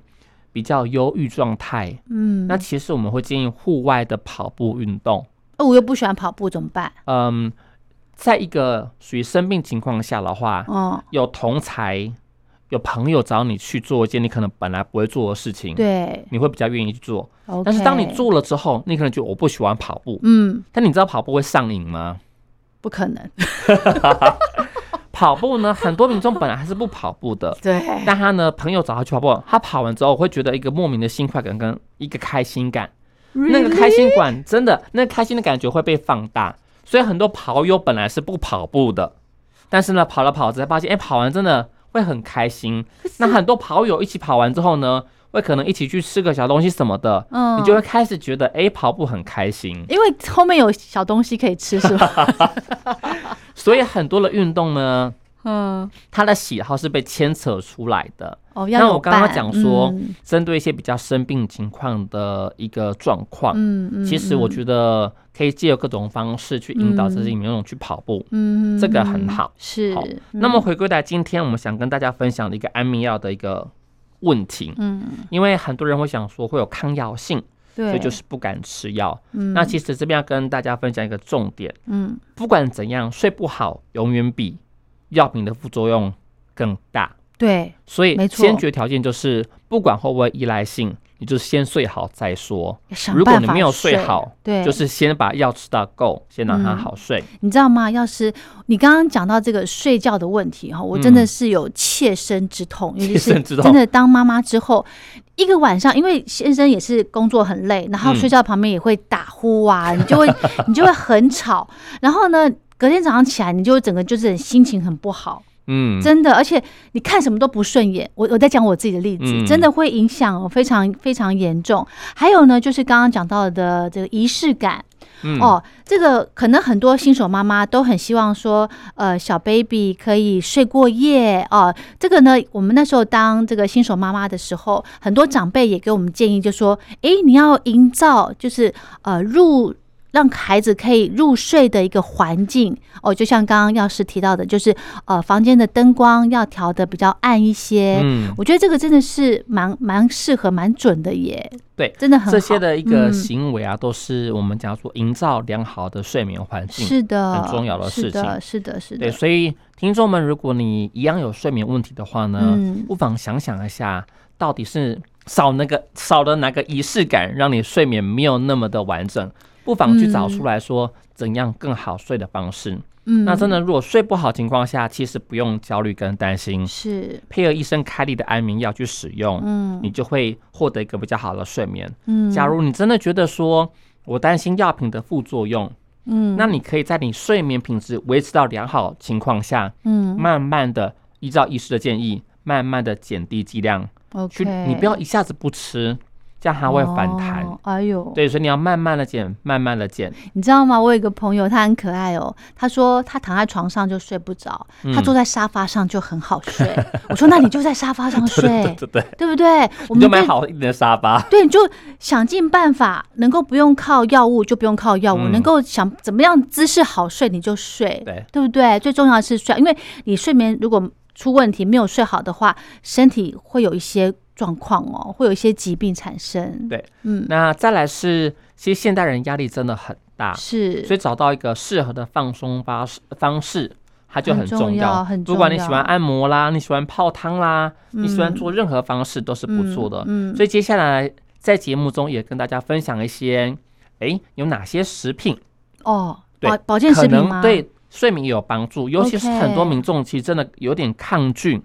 [SPEAKER 3] 比较忧郁状态，
[SPEAKER 2] 嗯，
[SPEAKER 3] 那其实我们会建议户外的跑步运动。
[SPEAKER 2] 哦我又不喜欢跑步，怎么办？
[SPEAKER 3] 嗯，在一个属于生病情况下的话，
[SPEAKER 2] 哦，
[SPEAKER 3] 有同才、有朋友找你去做一件你可能本来不会做的事情，
[SPEAKER 2] 对
[SPEAKER 3] 你会比较愿意去做。
[SPEAKER 2] ，OK。
[SPEAKER 3] 嗯但是当你，做了之后，你可能觉得我不喜欢跑步，
[SPEAKER 2] 嗯，
[SPEAKER 3] 但你知道跑步会上瘾吗？
[SPEAKER 2] 不可 能，，
[SPEAKER 3] 跑步呢，很多民众本来还是不跑步的
[SPEAKER 2] 对，
[SPEAKER 3] 但他呢，朋友找他去跑步，他跑完之后会觉得一个莫名的新快感跟一个开心感，那个开心感真的，那个开心的感觉会被放大，所以很多跑友本来是不跑步的，但是呢，跑了跑着才发现，哎、跑完真的会很开心。那很多跑友一起跑完之后呢，会可能一起去吃个小东西什么的，
[SPEAKER 2] 嗯，
[SPEAKER 3] 你就会开始觉得，哎、跑步很开心。
[SPEAKER 2] 因为后面有小东西可以吃，是 吧？
[SPEAKER 3] 所以很多的运动呢，
[SPEAKER 2] 嗯，
[SPEAKER 3] 他的喜好是被牵扯出来的。
[SPEAKER 2] 哦，要
[SPEAKER 3] 那
[SPEAKER 2] 有
[SPEAKER 3] 我刚刚
[SPEAKER 2] 伴
[SPEAKER 3] 讲说
[SPEAKER 2] 嗯，
[SPEAKER 3] 针对一些比较生病情况的一个状况，
[SPEAKER 2] 嗯嗯，
[SPEAKER 3] 其实我
[SPEAKER 2] 得，
[SPEAKER 3] 觉得可以借由各种方式去引导自己民众去跑步。
[SPEAKER 2] 嗯，
[SPEAKER 3] 这个很好
[SPEAKER 2] 是
[SPEAKER 3] 好。
[SPEAKER 2] 嗯
[SPEAKER 3] 那么，回归到今天我们想跟大家分享的一个安眠药的一个问题，
[SPEAKER 2] 嗯，
[SPEAKER 3] 因为很多人会想说会有抗药性，
[SPEAKER 2] 对，
[SPEAKER 3] 所以就是不敢吃药。
[SPEAKER 2] 嗯，
[SPEAKER 3] 那其实这边要跟大家分享一个重点，
[SPEAKER 2] 嗯，
[SPEAKER 3] 不管怎样，睡不好永远比药品的副作用更大。
[SPEAKER 2] 对，
[SPEAKER 3] 所以
[SPEAKER 2] 没，错
[SPEAKER 3] 先决条件就是不管会不会依赖性，你就先睡好再说。
[SPEAKER 2] 想
[SPEAKER 3] 如果
[SPEAKER 2] 办
[SPEAKER 3] 你
[SPEAKER 2] 法
[SPEAKER 3] 没有睡好，
[SPEAKER 2] 对，嗯
[SPEAKER 3] 就是先把药吃到够，先让它好睡。
[SPEAKER 2] 你知道吗？要是你刚刚讲到这个睡觉的问题哈，我真的是有切身之痛，尤其
[SPEAKER 3] 嗯切
[SPEAKER 2] 是
[SPEAKER 3] 身之痛
[SPEAKER 2] 真的当妈妈之后，一个晚上，因为先生也是工作很累，然后
[SPEAKER 3] 嗯
[SPEAKER 2] 睡觉旁边也会打呼啊，你就会 你就会很吵，然后呢，隔天早上起来，你就整个就是心情很不好，
[SPEAKER 3] 嗯，
[SPEAKER 2] 真的，而且你看什么都不顺眼。我我在讲我自己的例子，
[SPEAKER 3] 嗯
[SPEAKER 2] 真的会影响非常非常严重。还有呢，就是刚刚讲到的这个仪式感。
[SPEAKER 3] 嗯，
[SPEAKER 2] 哦，这个可能很多新手妈妈都很希望说，呃，小 baby 可以睡过夜哦。这个呢，我们那时候当这个新手妈妈的时候，很多长辈也给我们建议，就说，诶，你要营造就是呃入。让孩子可以入睡的一个环境哦，就像刚刚药师提到的，就是呃，房间的灯光要调的比较暗一些。
[SPEAKER 3] 嗯，
[SPEAKER 2] 我觉得这个真的是蛮蛮适合、蛮准的耶。
[SPEAKER 3] 对
[SPEAKER 2] 真的很好
[SPEAKER 3] 这些的一个
[SPEAKER 2] 嗯
[SPEAKER 3] 行为啊，都是我们讲说营造良好的睡眠环境。
[SPEAKER 2] 是的，
[SPEAKER 3] 很重要的事
[SPEAKER 2] 是的，是的，是
[SPEAKER 3] 对，
[SPEAKER 2] 的，
[SPEAKER 3] 所以听众们，如果你一样有睡眠问题的话呢，
[SPEAKER 2] 嗯
[SPEAKER 3] 不妨想想一下，到底是少那个少了哪个仪式感，让你睡眠没有那么的完整？不妨去找出来说怎样更好睡的方式。
[SPEAKER 2] 嗯，
[SPEAKER 3] 那真的，如果睡不好情况下，其实不用焦虑跟担心，
[SPEAKER 2] 是，
[SPEAKER 3] 配合医生开立的安眠药去使用，
[SPEAKER 2] 嗯
[SPEAKER 3] 你就会获得一个比较好的睡眠。
[SPEAKER 2] 嗯，
[SPEAKER 3] 假如你真的觉得说我担心药品的副作用，
[SPEAKER 2] 嗯，
[SPEAKER 3] 那你可以在你睡眠品质维持到良好情况下，
[SPEAKER 2] 嗯
[SPEAKER 3] 慢慢的依照医师的建议，慢慢的减低剂量，去
[SPEAKER 2] ，OK，
[SPEAKER 3] 你不要一下子不吃，这样它会反弹。
[SPEAKER 2] 哦哎呦，
[SPEAKER 3] 对，所以你要慢慢的减，慢慢的减。
[SPEAKER 2] 你知道吗？我有一个朋友，他很可爱哦。他说他躺在床上就睡不着，他
[SPEAKER 3] 嗯
[SPEAKER 2] 坐在沙发上就很好睡。 我说那你就在沙发上睡，
[SPEAKER 3] 对对对，
[SPEAKER 2] 对不对？我
[SPEAKER 3] 你就
[SPEAKER 2] 们
[SPEAKER 3] 买
[SPEAKER 2] 就
[SPEAKER 3] 好一点的沙发。
[SPEAKER 2] 对，你就想尽办法，能够不用靠药物就不用靠药物，
[SPEAKER 3] 嗯
[SPEAKER 2] 能够想怎么样姿势好睡你就睡，
[SPEAKER 3] 对
[SPEAKER 2] 不对？最重要的是睡，因为你睡眠如果出问题没有睡好的话，身体会有一些状况哦，会有一些疾病产生。
[SPEAKER 3] 对，
[SPEAKER 2] 嗯，
[SPEAKER 3] 那再来是，其实现代人压力真的很大，
[SPEAKER 2] 是，
[SPEAKER 3] 啊所以找到一个适合的放松方式方式，它就
[SPEAKER 2] 很
[SPEAKER 3] 很重
[SPEAKER 2] 要，
[SPEAKER 3] 要。
[SPEAKER 2] 很重
[SPEAKER 3] 不
[SPEAKER 2] 要。
[SPEAKER 3] 管你喜欢按摩啦，你喜欢泡汤啦，你喜
[SPEAKER 2] 嗯
[SPEAKER 3] 欢做任何方式都是不错的。
[SPEAKER 2] 嗯，
[SPEAKER 3] 所以接下来在节目中也跟大家分享一些，诶，有哪些食品
[SPEAKER 2] 哦，
[SPEAKER 3] 对
[SPEAKER 2] 保保健食
[SPEAKER 3] 可
[SPEAKER 2] 品
[SPEAKER 3] 能
[SPEAKER 2] 吗？，
[SPEAKER 3] 对睡眠有帮助，尤其是
[SPEAKER 2] OK
[SPEAKER 3] 很多民众其实真的有点抗拒，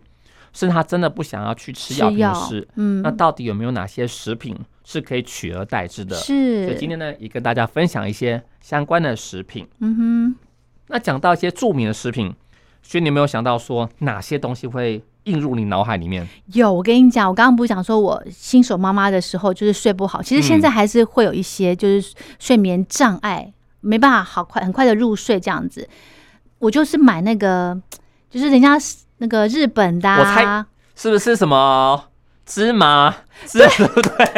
[SPEAKER 3] 甚至他真的不想要去吃
[SPEAKER 2] 吃
[SPEAKER 3] 药品
[SPEAKER 2] 药
[SPEAKER 3] 的事。，
[SPEAKER 2] 嗯，
[SPEAKER 3] 那到底有没有哪些食品是可以取而代之的？所以今
[SPEAKER 2] 是，
[SPEAKER 3] 天呢，也跟大家分享一些相关的食品。
[SPEAKER 2] 嗯
[SPEAKER 3] 那讲到一些著名的食品，所以你有没有想到说哪些东西会映入你脑海里面？
[SPEAKER 2] 哼，有。我跟你讲，我刚刚不是讲说我新手妈妈的时候就是睡不好，其实现
[SPEAKER 3] 嗯
[SPEAKER 2] 在还是会有一些就是睡眠障碍，没办法好快很快的入睡这样子。我就是买那个，就是人家是那个日本的、啊，
[SPEAKER 3] 我猜是不是什么芝麻？芝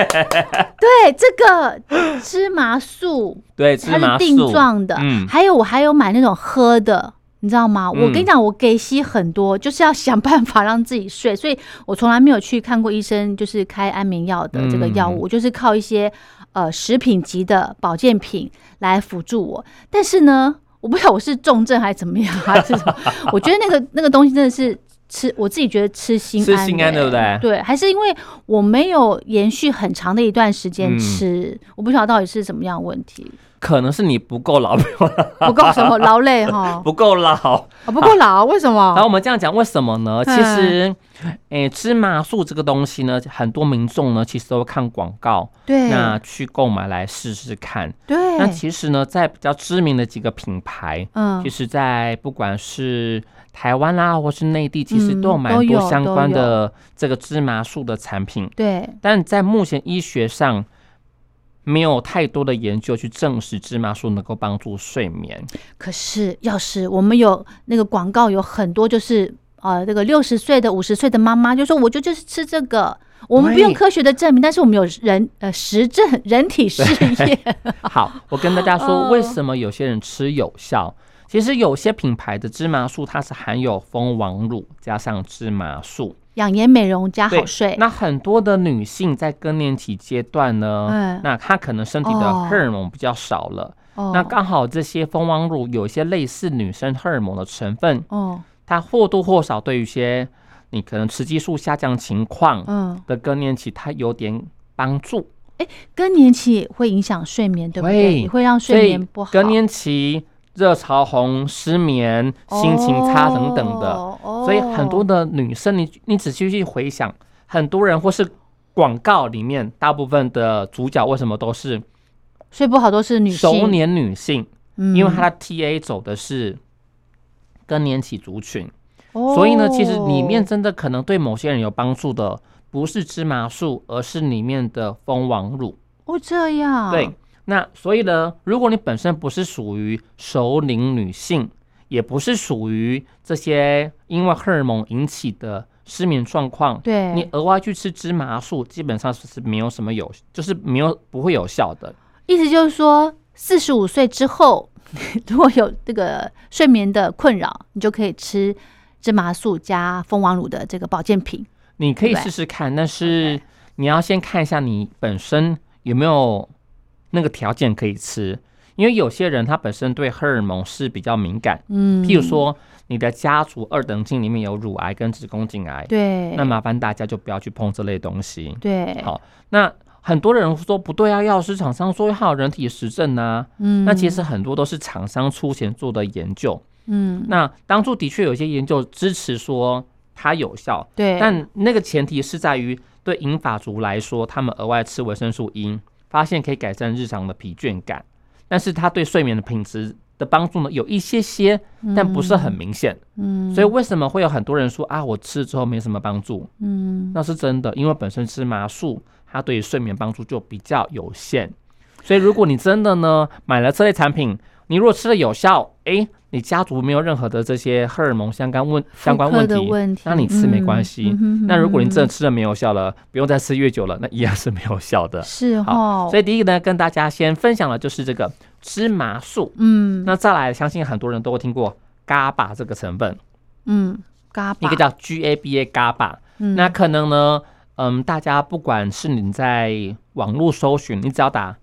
[SPEAKER 2] 对这个芝麻素，
[SPEAKER 3] 对，芝
[SPEAKER 2] 它
[SPEAKER 3] 麻
[SPEAKER 2] 是定
[SPEAKER 3] 素。
[SPEAKER 2] 状的。
[SPEAKER 3] 嗯
[SPEAKER 2] 还有我还有买那种喝的，你知道吗？我
[SPEAKER 3] 嗯
[SPEAKER 2] 跟你讲，我给吸很多，就是要想办法让自己睡，所以我从来没有去看过医生，就是开安眠药的这个药物，
[SPEAKER 3] 嗯
[SPEAKER 2] 我就是靠一些呃食品级的保健品来辅助我。但是呢， 我不知道我是重症还是怎么样，还是什么， 我觉得那个那个东西真的是。吃我自己觉得吃心安、
[SPEAKER 3] 吃心安对不对
[SPEAKER 2] 对，还是因为我没有延续很长的一段时间
[SPEAKER 3] 嗯
[SPEAKER 2] 吃，我不晓得到底是什么样的问题，
[SPEAKER 3] 可能是你不够老，
[SPEAKER 2] 不够什么劳累哈。
[SPEAKER 3] 不够老。
[SPEAKER 2] 啊，不够老，为什
[SPEAKER 3] 然后
[SPEAKER 2] 么？
[SPEAKER 3] 我们这样讲，为什么
[SPEAKER 2] 嗯
[SPEAKER 3] 呢？其实，诶，芝麻素这个东西呢，很多民众呢其实都会看广告，
[SPEAKER 2] 对
[SPEAKER 3] 那去购买来试试看。
[SPEAKER 2] 对，
[SPEAKER 3] 那其实呢，在比较知名的几个品牌，
[SPEAKER 2] 嗯
[SPEAKER 3] 其实，在不管是台湾啦，或是内地，其实
[SPEAKER 2] 嗯
[SPEAKER 3] 都有蛮
[SPEAKER 2] 都
[SPEAKER 3] 多
[SPEAKER 2] 有
[SPEAKER 3] 相
[SPEAKER 2] 都
[SPEAKER 3] 关
[SPEAKER 2] 有
[SPEAKER 3] 的这个芝麻素的产品。
[SPEAKER 2] 对，
[SPEAKER 3] 但在目前医学上，没有太多的研究去证实芝麻素能够帮助睡眠。
[SPEAKER 2] 可是要是我们有那个广告，有很多就是呃，这个六十岁的、五十岁的妈妈就说，我就就是吃这个。我们不用
[SPEAKER 3] 对
[SPEAKER 2] 科学的证明，但是我们有人呃实证人体试验，
[SPEAKER 3] 好，我跟大家
[SPEAKER 2] 哦
[SPEAKER 3] 说，为什么有些人吃有效？其实有些品牌的芝麻素它是含有蜂王乳加上芝麻素，
[SPEAKER 2] 养颜美容加
[SPEAKER 3] 对
[SPEAKER 2] 啊好睡。
[SPEAKER 3] 那很多的女性在更年期阶段呢，
[SPEAKER 2] 嗯
[SPEAKER 3] 那她可能身体的
[SPEAKER 2] 哦
[SPEAKER 3] 荷尔蒙比较少了，
[SPEAKER 2] 哦
[SPEAKER 3] 那刚好这些蜂王乳有一些类似女生荷尔蒙的成分，
[SPEAKER 2] 哦
[SPEAKER 3] 它或多或少对于一些你可能雌激素下降情况
[SPEAKER 2] 嗯，
[SPEAKER 3] 的更年期，它有点帮助。
[SPEAKER 2] 更年期会影响睡眠，对不对？
[SPEAKER 3] 会
[SPEAKER 2] 也会让
[SPEAKER 3] 所
[SPEAKER 2] 睡
[SPEAKER 3] 以
[SPEAKER 2] 眠不好，
[SPEAKER 3] 更年期、热潮红、失眠、心情差等等的，
[SPEAKER 2] 哦。
[SPEAKER 3] 所以很多
[SPEAKER 2] 哦
[SPEAKER 3] 的女生，你你仔细去回想，很多人或是广告里面大部分的主角为什么都是
[SPEAKER 2] 睡不好都是女性，
[SPEAKER 3] 熟年女性？
[SPEAKER 2] 嗯
[SPEAKER 3] 因为她的 TA 走的是更年期族群。所以呢，其实里面
[SPEAKER 2] 哦
[SPEAKER 3] 真的可能对某些人有帮助的，不是芝麻素，而是里面的蜂王乳。
[SPEAKER 2] 哦这样，
[SPEAKER 3] 对，那所以呢，如果你本身不是属于熟龄女性，也不是属于这些因为荷尔蒙引起的失眠状况，
[SPEAKER 2] 对，
[SPEAKER 3] 你额外去吃芝麻素，基本上是没有什么有，就是没有不会有效的。
[SPEAKER 2] 意思就是说，四十五岁之 后，如果有这个睡眠的困扰，你就可以吃芝麻素加蜂王乳的这个保健品。
[SPEAKER 3] 你可以
[SPEAKER 2] 对不对
[SPEAKER 3] 试试看，但是你要先看一下你本身有没有那个条件可以吃，因为有些人他本身对荷尔蒙是比较敏感，
[SPEAKER 2] 嗯，
[SPEAKER 3] 譬如说你的家族二等亲里面有乳癌跟子宫颈癌，
[SPEAKER 2] 对，
[SPEAKER 3] 那麻烦大家就不要去碰这类东西。
[SPEAKER 2] 对，
[SPEAKER 3] 好那很多人说不对啊，药师厂商说要有人体实证啊，
[SPEAKER 2] 嗯
[SPEAKER 3] 那其实很多都是厂商出钱做的研究，
[SPEAKER 2] 嗯，
[SPEAKER 3] 那当初的确有一些研究支持说它有效，
[SPEAKER 2] 对，
[SPEAKER 3] 但那个前提是在于对银发族来说，他们额外吃维生素 E，发现可以改善日常的疲倦感，但是它对睡眠的品质的帮助呢有一些些，但不是很明显。
[SPEAKER 2] 嗯，
[SPEAKER 3] 所以为什么会有很多人说啊，我吃了之后没什么帮助？
[SPEAKER 2] 嗯
[SPEAKER 3] 那是真的，因为本身吃麻素，它对于睡眠帮助就比较有限。所以如果你真的呢买了这类产品，你如果吃的有效，诶，你家族没有任何的这些荷尔蒙相关问相关问
[SPEAKER 2] 妇科的
[SPEAKER 3] 题，
[SPEAKER 2] 问题，
[SPEAKER 3] 那你吃没关系
[SPEAKER 2] 嗯哼
[SPEAKER 3] 那如果你真的
[SPEAKER 2] 嗯
[SPEAKER 3] 吃的没有效了，不用再吃越久了，那一样是没有效 的。
[SPEAKER 2] 是哦
[SPEAKER 3] 好，所以第一个呢，跟大家先分享的就是这个芝麻素。
[SPEAKER 2] 嗯
[SPEAKER 3] 那再来，相信很多人都会听过 GABA 这个成分，
[SPEAKER 2] 嗯，嘎巴
[SPEAKER 3] 一个叫 GABA GABA。
[SPEAKER 2] 嗯
[SPEAKER 3] 那可能呢，嗯，大家不管是你在网络搜寻，你只要打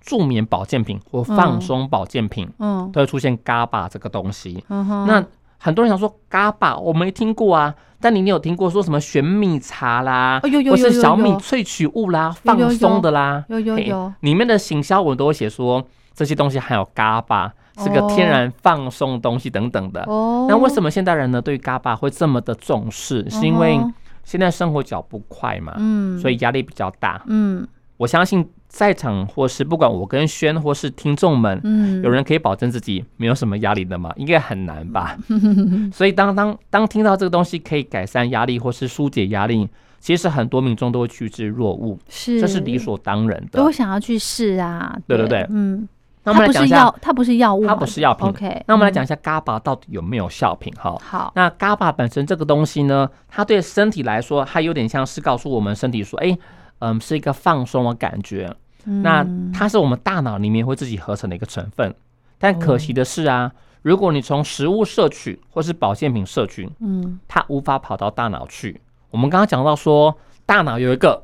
[SPEAKER 3] 助眠保健品或放松保健品，
[SPEAKER 2] 嗯
[SPEAKER 3] 都会出现 GABA 这个东西。
[SPEAKER 2] 嗯哼
[SPEAKER 3] 那很多人想说 GABA 我没听过啊，但你有听过说什么玄米茶啦，
[SPEAKER 2] 哦有有
[SPEAKER 3] 或
[SPEAKER 2] 有
[SPEAKER 3] 是
[SPEAKER 2] 有
[SPEAKER 3] 小米
[SPEAKER 2] 有
[SPEAKER 3] 萃取物啦，
[SPEAKER 2] 有有
[SPEAKER 3] 放松的啦，
[SPEAKER 2] 有有
[SPEAKER 3] 嘿
[SPEAKER 2] 有，
[SPEAKER 3] 里面的行销文都会写说这些东西含有 GABA，是个天然放松的东西等等的。
[SPEAKER 2] 哦，
[SPEAKER 3] 那为什
[SPEAKER 2] 么？
[SPEAKER 3] 么现代人呢对 GABA 会这么的重视？是因为现在生活脚步快嘛，
[SPEAKER 2] 嗯，
[SPEAKER 3] 啊所以压力比较大。
[SPEAKER 2] 嗯
[SPEAKER 3] 我相信在场或是不管我跟轩或是听众们，
[SPEAKER 2] 嗯
[SPEAKER 3] 有人可以保证自己没有什么压力的吗？应该很难吧。
[SPEAKER 2] 嗯
[SPEAKER 3] 所以当当当听到这个东西可以改善压力或是疏解压力，其实很多民众都会趋之若鹜，
[SPEAKER 2] 是
[SPEAKER 3] 这是理，所当然
[SPEAKER 2] 都
[SPEAKER 3] 的。
[SPEAKER 2] 想要去试啊，
[SPEAKER 3] 对对对
[SPEAKER 2] 嗯，
[SPEAKER 3] 那我
[SPEAKER 2] 它
[SPEAKER 3] 们来
[SPEAKER 2] 不
[SPEAKER 3] 讲
[SPEAKER 2] 是
[SPEAKER 3] 一下
[SPEAKER 2] 药，，它不是药物嘛，啊
[SPEAKER 3] 它不是药品。
[SPEAKER 2] OK，
[SPEAKER 3] 那我们来
[SPEAKER 2] 嗯
[SPEAKER 3] 讲一下 GABA 到底有没有效品哈？
[SPEAKER 2] 好，
[SPEAKER 3] 那 GABA 本身这个东西呢，它对身体来说，它有点像是告诉我们身体说，哎、嗯，是一个放松的感觉。那
[SPEAKER 2] 嗯
[SPEAKER 3] 它是我们大脑里面会自己合成的一个成分。但
[SPEAKER 2] 哦
[SPEAKER 3] 可惜的是啊，如果你从食物摄取或是保健品摄取，
[SPEAKER 2] 嗯
[SPEAKER 3] 它无法跑到大脑去。我们刚刚讲到说，大脑有一个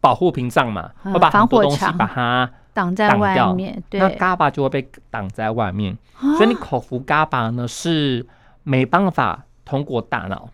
[SPEAKER 3] 保护屏障嘛，
[SPEAKER 2] 嗯
[SPEAKER 3] 会把很
[SPEAKER 2] 防
[SPEAKER 3] 多
[SPEAKER 2] 火
[SPEAKER 3] 东西
[SPEAKER 2] 墙
[SPEAKER 3] 把它，
[SPEAKER 2] 挡在
[SPEAKER 3] 挡
[SPEAKER 2] 外
[SPEAKER 3] 掉
[SPEAKER 2] 面，对啊
[SPEAKER 3] 那，GABA 就会被挡在外面。所以你口服 GABA 呢是没办法通过大脑，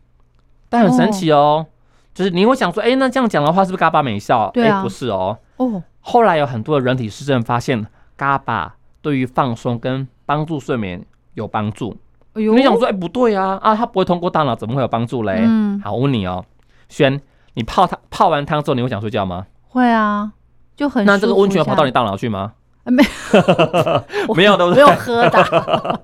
[SPEAKER 3] 但很神奇哦，就是你会想说，哎、那这样讲的话是不是 GABA 没效？
[SPEAKER 2] 对啊
[SPEAKER 3] 诶不是哦。
[SPEAKER 2] 哦，
[SPEAKER 3] 后来有很多的人体实证发现，GABA 对于放松跟帮助睡眠有帮助。
[SPEAKER 2] 哎呦，
[SPEAKER 3] 你想说，哎、不对啊，啊，它不会通过大脑，怎么会有帮助嘞？
[SPEAKER 2] 嗯，
[SPEAKER 3] 好，我问你哦，轩，你泡汤泡完汤之后，你会想睡觉吗？
[SPEAKER 2] 会啊，就很
[SPEAKER 3] 那这个
[SPEAKER 2] 舒服
[SPEAKER 3] 温泉有跑
[SPEAKER 2] 下
[SPEAKER 3] 到你大脑去吗？
[SPEAKER 2] 我
[SPEAKER 3] 没有对不
[SPEAKER 2] 没
[SPEAKER 3] 对
[SPEAKER 2] 有喝 的，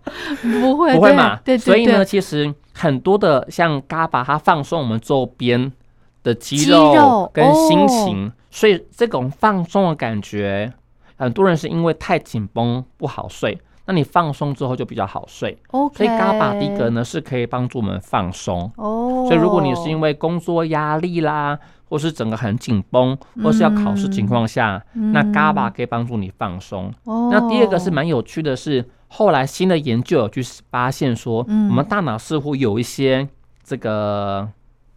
[SPEAKER 2] 不会
[SPEAKER 3] 不会嘛？
[SPEAKER 2] 对对对，
[SPEAKER 3] 所以呢，
[SPEAKER 2] 对，
[SPEAKER 3] 其实很多的像嘎巴，它放松我们周边的肌
[SPEAKER 2] 肌肉
[SPEAKER 3] 肉跟心
[SPEAKER 2] 哦
[SPEAKER 3] 情，所以这种放松的感觉，很多人是因为太紧绷不好睡。那你放松之后就比较好睡，
[SPEAKER 2] OK，
[SPEAKER 3] 所以嘎巴第一个呢是可以帮助我们放松。
[SPEAKER 2] 哦，
[SPEAKER 3] 所以如果你是因为工作压力啦，或是整个很紧绷，或是要考试
[SPEAKER 2] 嗯
[SPEAKER 3] 情况下，那嘎巴可以帮助你放松。
[SPEAKER 2] 哦，
[SPEAKER 3] 那第二个是蛮有趣的是，后来新的研究有去发现说，
[SPEAKER 2] 嗯
[SPEAKER 3] 我们大脑似乎有一些这个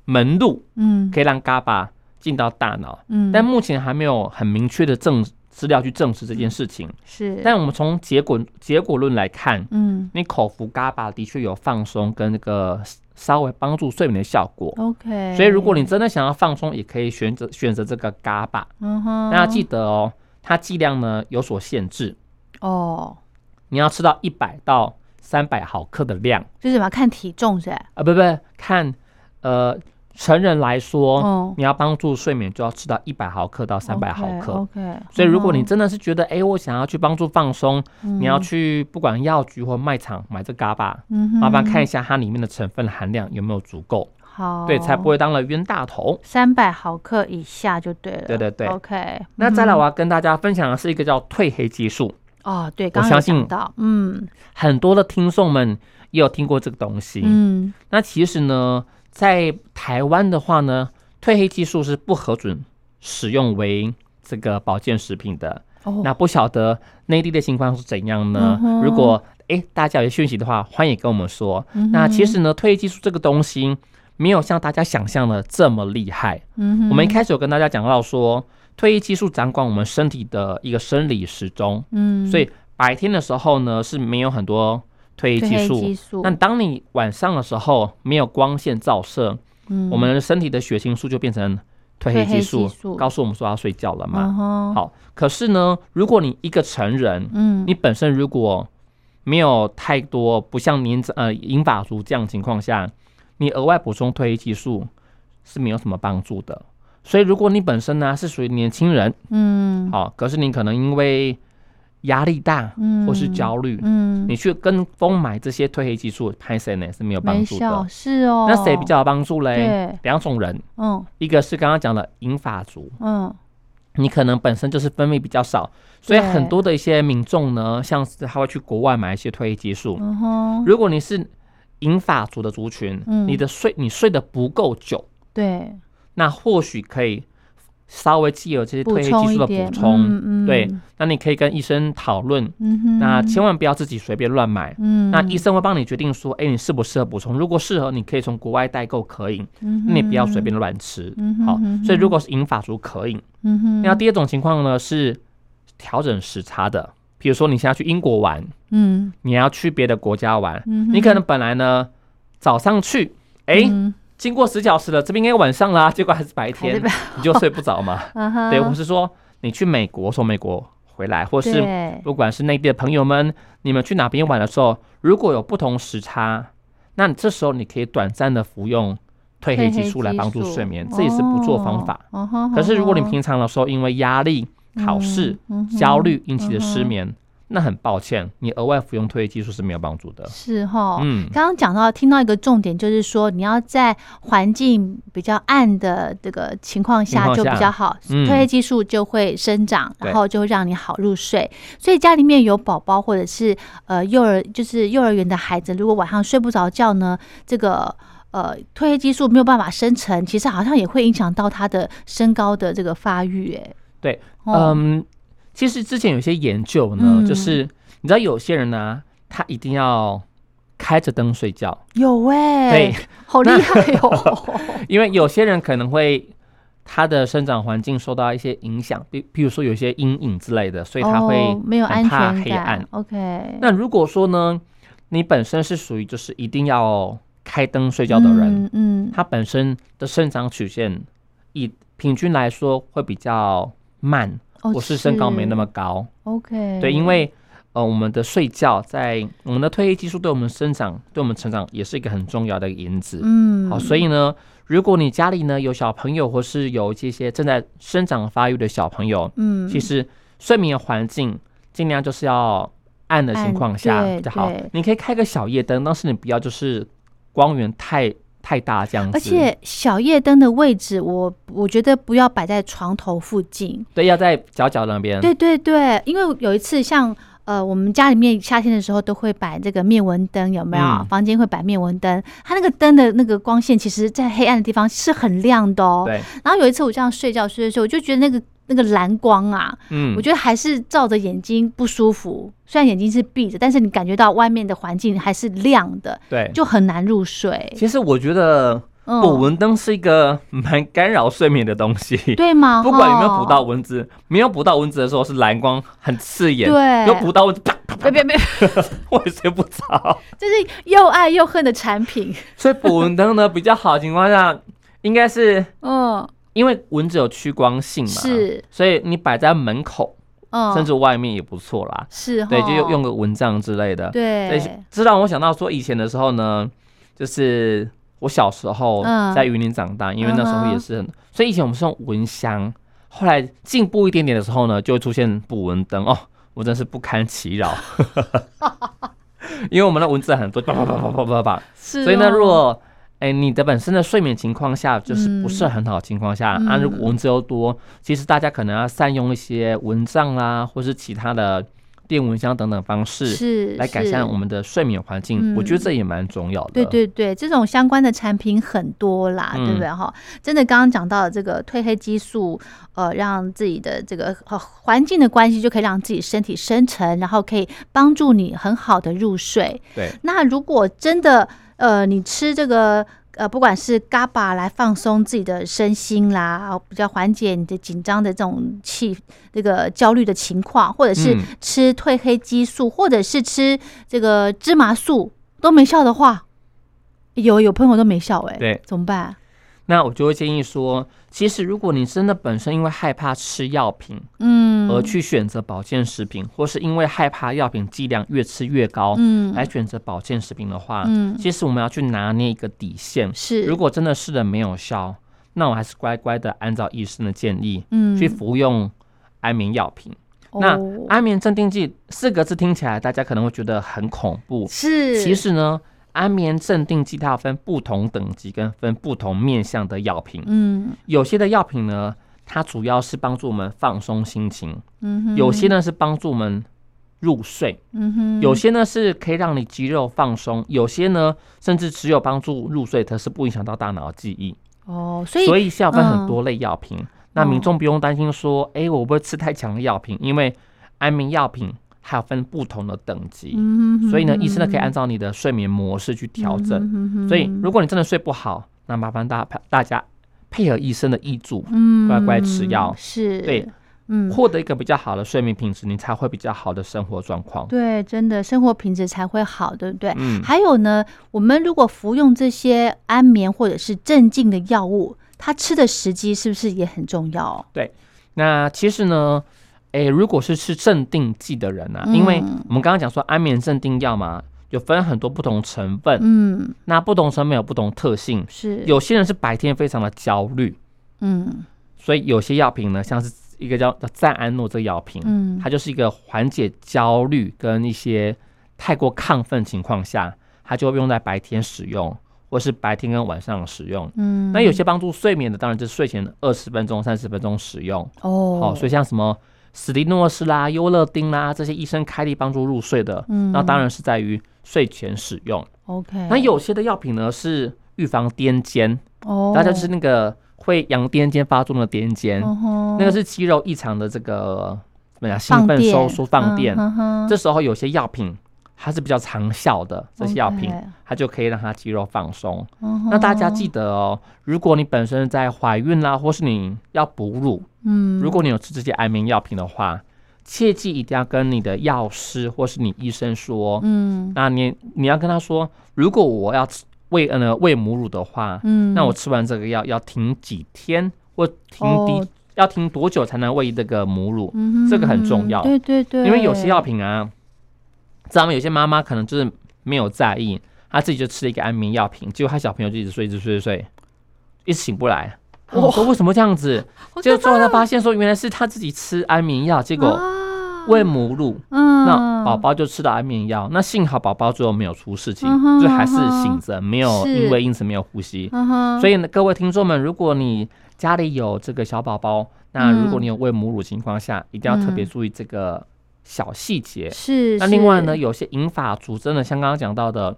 [SPEAKER 3] 门路
[SPEAKER 2] 嗯
[SPEAKER 3] 可以让 GABA 进到大脑，
[SPEAKER 2] 嗯，
[SPEAKER 3] 但目前还没有很明确的证资料去证实这件事情。
[SPEAKER 2] 是，
[SPEAKER 3] 但我们从结果结果论来看，
[SPEAKER 2] 嗯
[SPEAKER 3] 你口服 GABA 的确有放松跟那个稍微帮助睡眠的效果。
[SPEAKER 2] ，OK，
[SPEAKER 3] 所以，如果你真的想要放松，也可以选择选择这个 GABA。
[SPEAKER 2] 嗯哼，
[SPEAKER 3] 大家记得哦，它剂量呢有所限制。
[SPEAKER 2] 哦，
[SPEAKER 3] 你要吃到一百到三百毫克的量
[SPEAKER 2] 就是什么看体重是吧？
[SPEAKER 3] 啊，不不，看呃成人来说，
[SPEAKER 2] 嗯，
[SPEAKER 3] 你要帮助睡眠就要吃到一百毫克到哦三百毫克。
[SPEAKER 2] 哦，OK，哦
[SPEAKER 3] 所以，如果你真的是觉得，哎、我想要去帮助放松，你要去不管药局或卖场买这嘎巴，
[SPEAKER 2] 嗯
[SPEAKER 3] 麻烦
[SPEAKER 2] 哼
[SPEAKER 3] 看一下它里面的成分含量有没有足够，
[SPEAKER 2] 好，
[SPEAKER 3] 对，才不会当了冤大头。
[SPEAKER 2] 三百毫克以下就对了，
[SPEAKER 3] 对对对
[SPEAKER 2] ，OK，
[SPEAKER 3] 那再来，我要跟大家分享的是一个叫褪黑激素，
[SPEAKER 2] 哦，对，刚刚
[SPEAKER 3] 相
[SPEAKER 2] 有讲
[SPEAKER 3] 信
[SPEAKER 2] 到，嗯
[SPEAKER 3] 很多的听众们也有听过这个东西。
[SPEAKER 2] 嗯，
[SPEAKER 3] 那其实呢，在台湾的话呢，褪黑激素是不核准使用为这个保健食品的。
[SPEAKER 2] 哦，
[SPEAKER 3] 那不晓得内地的情况是怎样呢？
[SPEAKER 2] 嗯哼嗯
[SPEAKER 3] 如果诶大家有讯息的话，欢迎跟我们说。那其实呢，褪黑激素这个东西没有像大家想象的这么厉害。
[SPEAKER 2] 嗯哼
[SPEAKER 3] 我们一开始有跟大家讲到说，褪黑激素掌管我们身体的一个生理时钟，
[SPEAKER 2] 嗯，
[SPEAKER 3] 所以白天的时候呢是没有很多褪黑
[SPEAKER 2] 褪
[SPEAKER 3] 激
[SPEAKER 2] 黑
[SPEAKER 3] 素，
[SPEAKER 2] 激素，
[SPEAKER 3] 那当你晚上的时候没有光线照射，
[SPEAKER 2] 嗯
[SPEAKER 3] 我们身体的血清素就变成褪黑激
[SPEAKER 2] 褪
[SPEAKER 3] 素，
[SPEAKER 2] 黑激素
[SPEAKER 3] 告诉我们说要睡觉了嘛。
[SPEAKER 2] 嗯哼
[SPEAKER 3] 好，可是呢，如果你一个成人，
[SPEAKER 2] 嗯，
[SPEAKER 3] 你本身如果没有太多，不像您这呃银发族这样的情况下，你额外补充褪黑激素是没有什么帮助的。所以如果你本身呢是属于年轻人，
[SPEAKER 2] 嗯
[SPEAKER 3] 好、可是你可能因为压力大
[SPEAKER 2] 嗯，
[SPEAKER 3] 或是焦虑，
[SPEAKER 2] 嗯，
[SPEAKER 3] 你去跟风买这些褪黑激素，拍谁呢是没有帮
[SPEAKER 2] 没
[SPEAKER 3] 助
[SPEAKER 2] 效
[SPEAKER 3] 的。
[SPEAKER 2] 是哦。
[SPEAKER 3] 那谁比较有帮助嘞？
[SPEAKER 2] 对？
[SPEAKER 3] 两种人，
[SPEAKER 2] 嗯
[SPEAKER 3] 一个是刚刚讲的银发族，
[SPEAKER 2] 嗯
[SPEAKER 3] 你可能本身就是分泌比较少，所以
[SPEAKER 2] 对
[SPEAKER 3] 很多的一些民众呢，像是他会去国外买一些褪黑激素。
[SPEAKER 2] 嗯哼，
[SPEAKER 3] 如果你是银发族的族群，
[SPEAKER 2] 嗯
[SPEAKER 3] 你的睡你睡得不够久，
[SPEAKER 2] 对，
[SPEAKER 3] 那或许可以稍微既有这些褪
[SPEAKER 2] 补
[SPEAKER 3] 黑
[SPEAKER 2] 充一
[SPEAKER 3] 激素的
[SPEAKER 2] 点，
[SPEAKER 3] 补充，
[SPEAKER 2] 嗯
[SPEAKER 3] 对，那你可以跟医生讨论，
[SPEAKER 2] 嗯哼，
[SPEAKER 3] 那千万不要自己随便乱买。
[SPEAKER 2] 嗯，
[SPEAKER 3] 那医生会帮你决定说，哎、你适不适合补充？如果适合，你可以从国外代购可以，那
[SPEAKER 2] 那
[SPEAKER 3] 你不要随便乱吃。
[SPEAKER 2] 嗯哼
[SPEAKER 3] 好
[SPEAKER 2] 嗯哼，
[SPEAKER 3] 所以如果是银发族可以。
[SPEAKER 2] 嗯哼，
[SPEAKER 3] 那第二种情况呢是调整时差的，比如说你现在去英国玩，
[SPEAKER 2] 嗯
[SPEAKER 3] 你要去别的国家玩，
[SPEAKER 2] 嗯哼，
[SPEAKER 3] 你可能本来呢早上去，哎、
[SPEAKER 2] 嗯
[SPEAKER 3] 经过十小时了，这边应该晚上啦， 结果还是白
[SPEAKER 2] 还是
[SPEAKER 3] 天
[SPEAKER 2] 白，
[SPEAKER 3] 你就睡不 着嘛。
[SPEAKER 2] 啊哈，
[SPEAKER 3] 对，或是说你去美国，从美国回来，或是
[SPEAKER 2] 对
[SPEAKER 3] 不管是内地的朋友们，你们去哪边玩的时候，如果有不同时差，那你这时候你可以短暂的服用褪黑激素来帮助睡眠，这也是不错方法。。
[SPEAKER 2] 哦哦吼
[SPEAKER 3] 可是如果你
[SPEAKER 2] 吼
[SPEAKER 3] 平常的时候因为压力、考试、
[SPEAKER 2] 嗯哼
[SPEAKER 3] 焦虑引起的
[SPEAKER 2] 嗯
[SPEAKER 3] 失
[SPEAKER 2] 哼
[SPEAKER 3] 眠，那很抱歉，你额外服用褪黑激素是没有帮助的。
[SPEAKER 2] 是哈，
[SPEAKER 3] 嗯，
[SPEAKER 2] 刚刚讲到，听到一个重点，就是说你要在环境比较暗的这个情况
[SPEAKER 3] 情
[SPEAKER 2] 下
[SPEAKER 3] 况
[SPEAKER 2] 就比
[SPEAKER 3] 下
[SPEAKER 2] 较好，褪
[SPEAKER 3] 嗯
[SPEAKER 2] 黑激素就会生长，
[SPEAKER 3] 对
[SPEAKER 2] 然后就会让你好入睡。所以家里面有宝宝或者是呃幼儿，就是幼儿园的孩子，如果晚上睡不着觉呢，这个。呃，褪黑激素没有办法生成，其实好像也会影响到他的身高的这个发育、哎，
[SPEAKER 3] 对，
[SPEAKER 2] 哦，
[SPEAKER 3] 嗯，其实之前有些研究呢，
[SPEAKER 2] 嗯
[SPEAKER 3] 就是你知道有些人呢、他一定要开着灯睡觉，
[SPEAKER 2] 有哎、
[SPEAKER 3] 对，
[SPEAKER 2] 好厉
[SPEAKER 3] 那
[SPEAKER 2] 害哦，
[SPEAKER 3] 因为有些人可能会他的生长环境受到一些影响，比譬如说有些阴影之类的，所以他会、
[SPEAKER 2] 哦、没有
[SPEAKER 3] 很
[SPEAKER 2] 安
[SPEAKER 3] 怕
[SPEAKER 2] 全
[SPEAKER 3] 黑
[SPEAKER 2] 感
[SPEAKER 3] 暗
[SPEAKER 2] ，OK，
[SPEAKER 3] 那如果说呢，你本身是属于就是一定要开灯睡觉的人，，
[SPEAKER 2] 嗯，嗯
[SPEAKER 3] 他本身的生长曲线以平均来说会比较慢，
[SPEAKER 2] 哦
[SPEAKER 3] 或是身高没那么高。
[SPEAKER 2] OK，
[SPEAKER 3] 对，因为呃，我们的睡觉在我们的褪黑激素对我们生长、对我们成长也是一个很重要的一个因子。
[SPEAKER 2] 嗯，
[SPEAKER 3] 好，所以呢，如果你家里呢有小朋友，或是有这些正在生长发育的小朋友，
[SPEAKER 2] 嗯，
[SPEAKER 3] 其实睡眠环境尽量就是要暗的情
[SPEAKER 2] 暗
[SPEAKER 3] 况下
[SPEAKER 2] 对
[SPEAKER 3] 比较好
[SPEAKER 2] 对。
[SPEAKER 3] 你可以开个小夜灯，但是你不要就是光源太太大这样子。
[SPEAKER 2] 而且小夜灯的位置我，我觉得不要摆在床头附近。
[SPEAKER 3] 对，要在角角那边。
[SPEAKER 2] 对对对，因为有一次像。呃，我们家里面夏天的时候都会摆这个面纹灯，有没有？
[SPEAKER 3] 嗯
[SPEAKER 2] 房间会摆面纹灯，它那个灯的那个光线，其实在黑暗的地方是很亮的哦。
[SPEAKER 3] 对，
[SPEAKER 2] 然后有一次我这样睡觉睡睡睡，我就觉得那个那个蓝光啊，
[SPEAKER 3] 嗯
[SPEAKER 2] 我，觉得还是照着眼睛不舒服。虽然眼睛是闭着，但是你感觉到外面的环境还是亮的，
[SPEAKER 3] 对。
[SPEAKER 2] 就很难入睡。
[SPEAKER 3] 其实我觉得
[SPEAKER 2] 嗯，
[SPEAKER 3] 捕蚊灯是一个蛮干扰睡眠的东西。
[SPEAKER 2] 嗯对吗？
[SPEAKER 3] 不管有没有
[SPEAKER 2] 吼
[SPEAKER 3] 捕到，蚊子，没有捕到蚊子的时候是蓝光很刺眼，
[SPEAKER 2] 对
[SPEAKER 3] 有捕到蚊子，啪啪啪，
[SPEAKER 2] 别别别，
[SPEAKER 3] 我也睡不着。
[SPEAKER 2] 这是又爱又恨的产 品。
[SPEAKER 3] 所以捕蚊灯呢比较好的情况下，应该是
[SPEAKER 2] 嗯，
[SPEAKER 3] 因为蚊子有趋光性嘛，，
[SPEAKER 2] 是，
[SPEAKER 3] 所以你摆在门口
[SPEAKER 2] 嗯，
[SPEAKER 3] 甚至外面也不错啦。
[SPEAKER 2] 是，
[SPEAKER 3] 对，就用
[SPEAKER 2] 吼
[SPEAKER 3] 用个蚊帐之类的。
[SPEAKER 2] 哦对，
[SPEAKER 3] 这让我想到说以前的时候呢，就是我小时候
[SPEAKER 2] 嗯
[SPEAKER 3] 在云林长大，因为那时候也是很，所以以前我们是用蚊香，后来进步一点点的时候呢，就会出现捕蚊灯哦，我真是不堪其扰， 因为我们的蚊子很多，叭叭叭叭叭叭叭，
[SPEAKER 2] 是哦。
[SPEAKER 3] 所以呢，如果哎、你的本身的睡眠情况下就是不是很好的情况下，
[SPEAKER 2] 嗯
[SPEAKER 3] 啊，如果蚊子又多，其实大家可能要善用一些蚊帐啦，或是其他的电蚊香等等方式。
[SPEAKER 2] 是
[SPEAKER 3] 来改善我。
[SPEAKER 2] 是
[SPEAKER 3] 们的睡眠环境，
[SPEAKER 2] 嗯
[SPEAKER 3] 我觉得这也蛮重要的。
[SPEAKER 2] 对对对，这种相关的产品很多啦，
[SPEAKER 3] 嗯
[SPEAKER 2] 对不对哈？真的，刚刚讲到的这个褪黑激素，呃，让自己的这个呃环境的关系就可以让自己身体生成，然后可以帮助你很好的入睡。
[SPEAKER 3] 对
[SPEAKER 2] 那如果真的呃，你吃这个呃，不管是 GABA 来放松自己的身心啦，哦比较缓解你的紧张的这种气这个焦虑的情况，或者是
[SPEAKER 3] 嗯
[SPEAKER 2] 吃褪黑激素，或者是吃这个芝麻素都没效的话，有有朋友都没效哎、
[SPEAKER 3] 对
[SPEAKER 2] 怎么办？
[SPEAKER 3] 那我就会建议说，其实如果你真的本身因为害怕吃药品
[SPEAKER 2] 嗯，
[SPEAKER 3] 而去选择保健食品，或是因为害怕药品剂量越吃越高
[SPEAKER 2] 嗯
[SPEAKER 3] 来选择保健食品的话，
[SPEAKER 2] 嗯
[SPEAKER 3] 其实我们要去拿捏一个底线。
[SPEAKER 2] 是，
[SPEAKER 3] 啊如果真的试了没有效，那我还是乖乖的按照医生的建议
[SPEAKER 2] 嗯
[SPEAKER 3] 去服用安眠药品。那
[SPEAKER 2] 哦
[SPEAKER 3] 安眠镇定剂四个字听起来大家可能会觉得很恐怖，
[SPEAKER 2] 是，
[SPEAKER 3] 啊其实呢，安眠镇定剂它要分不同等级跟分不同面向的药品，
[SPEAKER 2] 嗯
[SPEAKER 3] 有些的药品呢，它主要是帮助我们放松心情，
[SPEAKER 2] 嗯哼，
[SPEAKER 3] 有些呢是帮助我们入睡，
[SPEAKER 2] 嗯哼
[SPEAKER 3] 有些呢是可以让你肌肉放松，有些呢甚至只有帮助入睡，它是不影响到大脑记忆。
[SPEAKER 2] 哦，所以
[SPEAKER 3] 所以是要分
[SPEAKER 2] 嗯
[SPEAKER 3] 很多类药品。那民
[SPEAKER 2] 哦
[SPEAKER 3] 众不用担心说，哎、我会不会吃太强的药品？因为安眠药品还有分不同的等级，
[SPEAKER 2] 嗯嗯哼
[SPEAKER 3] 所以呢，医生呢可以按照你的睡眠模式去调整。
[SPEAKER 2] 整
[SPEAKER 3] 所以，如果你真的睡不好，那麻烦大大家配合医生的医嘱，
[SPEAKER 2] 嗯
[SPEAKER 3] 乖乖吃药
[SPEAKER 2] 是，
[SPEAKER 3] 对，
[SPEAKER 2] 嗯。
[SPEAKER 3] 获得一个比较好的睡眠品质，你才会比较好的生活状况。
[SPEAKER 2] 对，真的生活品质才会好，对不对？
[SPEAKER 3] 嗯，
[SPEAKER 2] 还有呢，我们如果服用这些安眠或者是镇静的药物，它吃的时机是不是也很重要？
[SPEAKER 3] 那其实呢，诶，如果是吃镇定剂的人啊，因为
[SPEAKER 2] 嗯
[SPEAKER 3] 我们刚刚讲说安眠镇定药嘛，有分很多不同成分，
[SPEAKER 2] 嗯，
[SPEAKER 3] 那不同成本有不同特性，
[SPEAKER 2] 是，
[SPEAKER 3] 有些人是白天非常的焦虑，
[SPEAKER 2] 嗯
[SPEAKER 3] 所以有些药品呢，像是一个叫叫赞安诺这个药品，
[SPEAKER 2] 嗯
[SPEAKER 3] 它就是一个缓解焦虑跟一些太过亢奋情况下，它就会用在白天使用，或是白天跟晚上使用。
[SPEAKER 2] 嗯，
[SPEAKER 3] 那有些帮助睡眠的，当然就是睡前二十分钟、三十分钟使用。
[SPEAKER 2] 哦
[SPEAKER 3] 好、，所以像什么史迪诺斯啦、优乐丁啦这些医生开立帮助入睡的，
[SPEAKER 2] 嗯
[SPEAKER 3] 那当然是在于睡前使用。
[SPEAKER 2] OK，
[SPEAKER 3] 那有些的药品呢是预防癫痫，
[SPEAKER 2] 哦，
[SPEAKER 3] 大家就是那个会羊癫痫发作的癫痫，
[SPEAKER 2] 嗯哼，
[SPEAKER 3] 那个是肌肉异常的这个怎么样兴
[SPEAKER 2] 放
[SPEAKER 3] 奋
[SPEAKER 2] 电
[SPEAKER 3] 收缩放电。
[SPEAKER 2] 嗯哼
[SPEAKER 3] 这时候有些药品它是比较长效的，这些药品
[SPEAKER 2] OK
[SPEAKER 3] 它就可以让它肌肉放松。
[SPEAKER 2] 嗯哼
[SPEAKER 3] 那大家记得哦，如果你本身在怀孕啦，或是你要哺乳，
[SPEAKER 2] 嗯，
[SPEAKER 3] 如果你有吃这些安眠药品的话，切记一定要跟你的药师或是你医生说，
[SPEAKER 2] 嗯
[SPEAKER 3] 那你你要跟他说，如果我要吃喂呃喂母乳的话，
[SPEAKER 2] 嗯，
[SPEAKER 3] 那我吃完这个药要停几天，或停几、
[SPEAKER 2] 哦
[SPEAKER 3] 要停多久才能喂这个母乳？
[SPEAKER 2] 嗯哼
[SPEAKER 3] 这个很重要
[SPEAKER 2] 对对对，
[SPEAKER 3] 因为有些药品啊，咱们有些妈妈可能就是没有在意，她自己就吃了一个安眠药品，结果她小朋友就一直睡，一直睡，一直睡，一直醒不来。
[SPEAKER 2] 哦
[SPEAKER 3] 我说为什么这样子？
[SPEAKER 2] 好
[SPEAKER 3] 结果
[SPEAKER 2] 可
[SPEAKER 3] 最后才发现说，原来是她自己吃安眠药，结
[SPEAKER 2] 怕
[SPEAKER 3] 果
[SPEAKER 2] 啊
[SPEAKER 3] 喂母乳，
[SPEAKER 2] 嗯，
[SPEAKER 3] 那宝宝就吃到安眠药，那幸好宝宝最后没有出事情，
[SPEAKER 2] 嗯哼
[SPEAKER 3] 就还是
[SPEAKER 2] 嗯哼
[SPEAKER 3] 醒着，没有
[SPEAKER 2] 是
[SPEAKER 3] 因为因此没有呼吸。
[SPEAKER 2] 嗯哼，
[SPEAKER 3] 所
[SPEAKER 2] 以
[SPEAKER 3] 以呢，各位听众们，如果你家里有这个小宝宝，那如果你有喂母乳情况下，一定要特别
[SPEAKER 2] 嗯
[SPEAKER 3] 注意这个小细节。
[SPEAKER 2] 是
[SPEAKER 3] 那另外呢，
[SPEAKER 2] 是
[SPEAKER 3] 有些银发族真的像刚刚讲到的，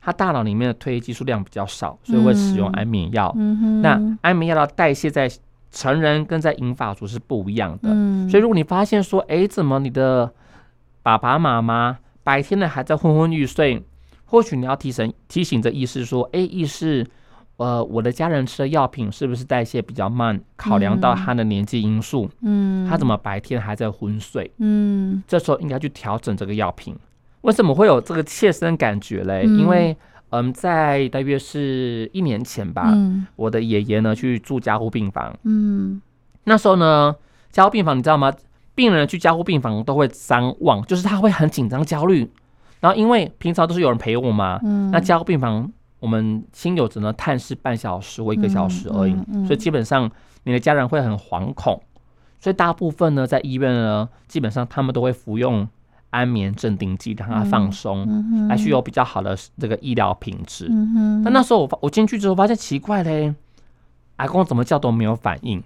[SPEAKER 3] 他大脑里面的褪黑激素量比较少，所以会使用
[SPEAKER 2] 嗯
[SPEAKER 3] 安眠药。
[SPEAKER 2] 嗯哼，
[SPEAKER 3] 那安眠药的代谢在成人跟在银发族是不一样的。
[SPEAKER 2] 嗯，
[SPEAKER 3] 所以如果你发现说，哎，怎么你的爸爸妈妈白天呢还在昏昏欲睡，或许你要提醒提醒着医师说，哎，医师，呃，我的家人吃的药品是不是代谢比较慢？考量到
[SPEAKER 2] 嗯
[SPEAKER 3] 他的年纪因素，
[SPEAKER 2] 嗯，
[SPEAKER 3] 他怎么白天还在昏睡？
[SPEAKER 2] 嗯
[SPEAKER 3] 这时候应该去调整这个药品。为什么会有这个切身感觉嘞？
[SPEAKER 2] 嗯
[SPEAKER 3] 因为，嗯，在大约是一年前吧，
[SPEAKER 2] 嗯
[SPEAKER 3] 我的爷爷呢去住加护病房，
[SPEAKER 2] 嗯
[SPEAKER 3] 那时候呢，加护病房你知道吗？病人去加护病房都会张望，就是他会很紧张焦虑。然后因为平常都是有人陪我嘛，
[SPEAKER 2] 嗯，
[SPEAKER 3] 那加护病房我们亲友只能探视半小时或一个小时而已，
[SPEAKER 2] 嗯嗯嗯
[SPEAKER 3] 所以基本上你的家人会很惶恐。所以大部分呢，在医院呢，基本上他们都会服用安眠镇定剂，让他放松，
[SPEAKER 2] 嗯哼
[SPEAKER 3] 来具有比较好的这个医疗品质。
[SPEAKER 2] 嗯哼，
[SPEAKER 3] 但那时候我发我进去之后发现奇怪嘞，阿公怎么叫都没有反应。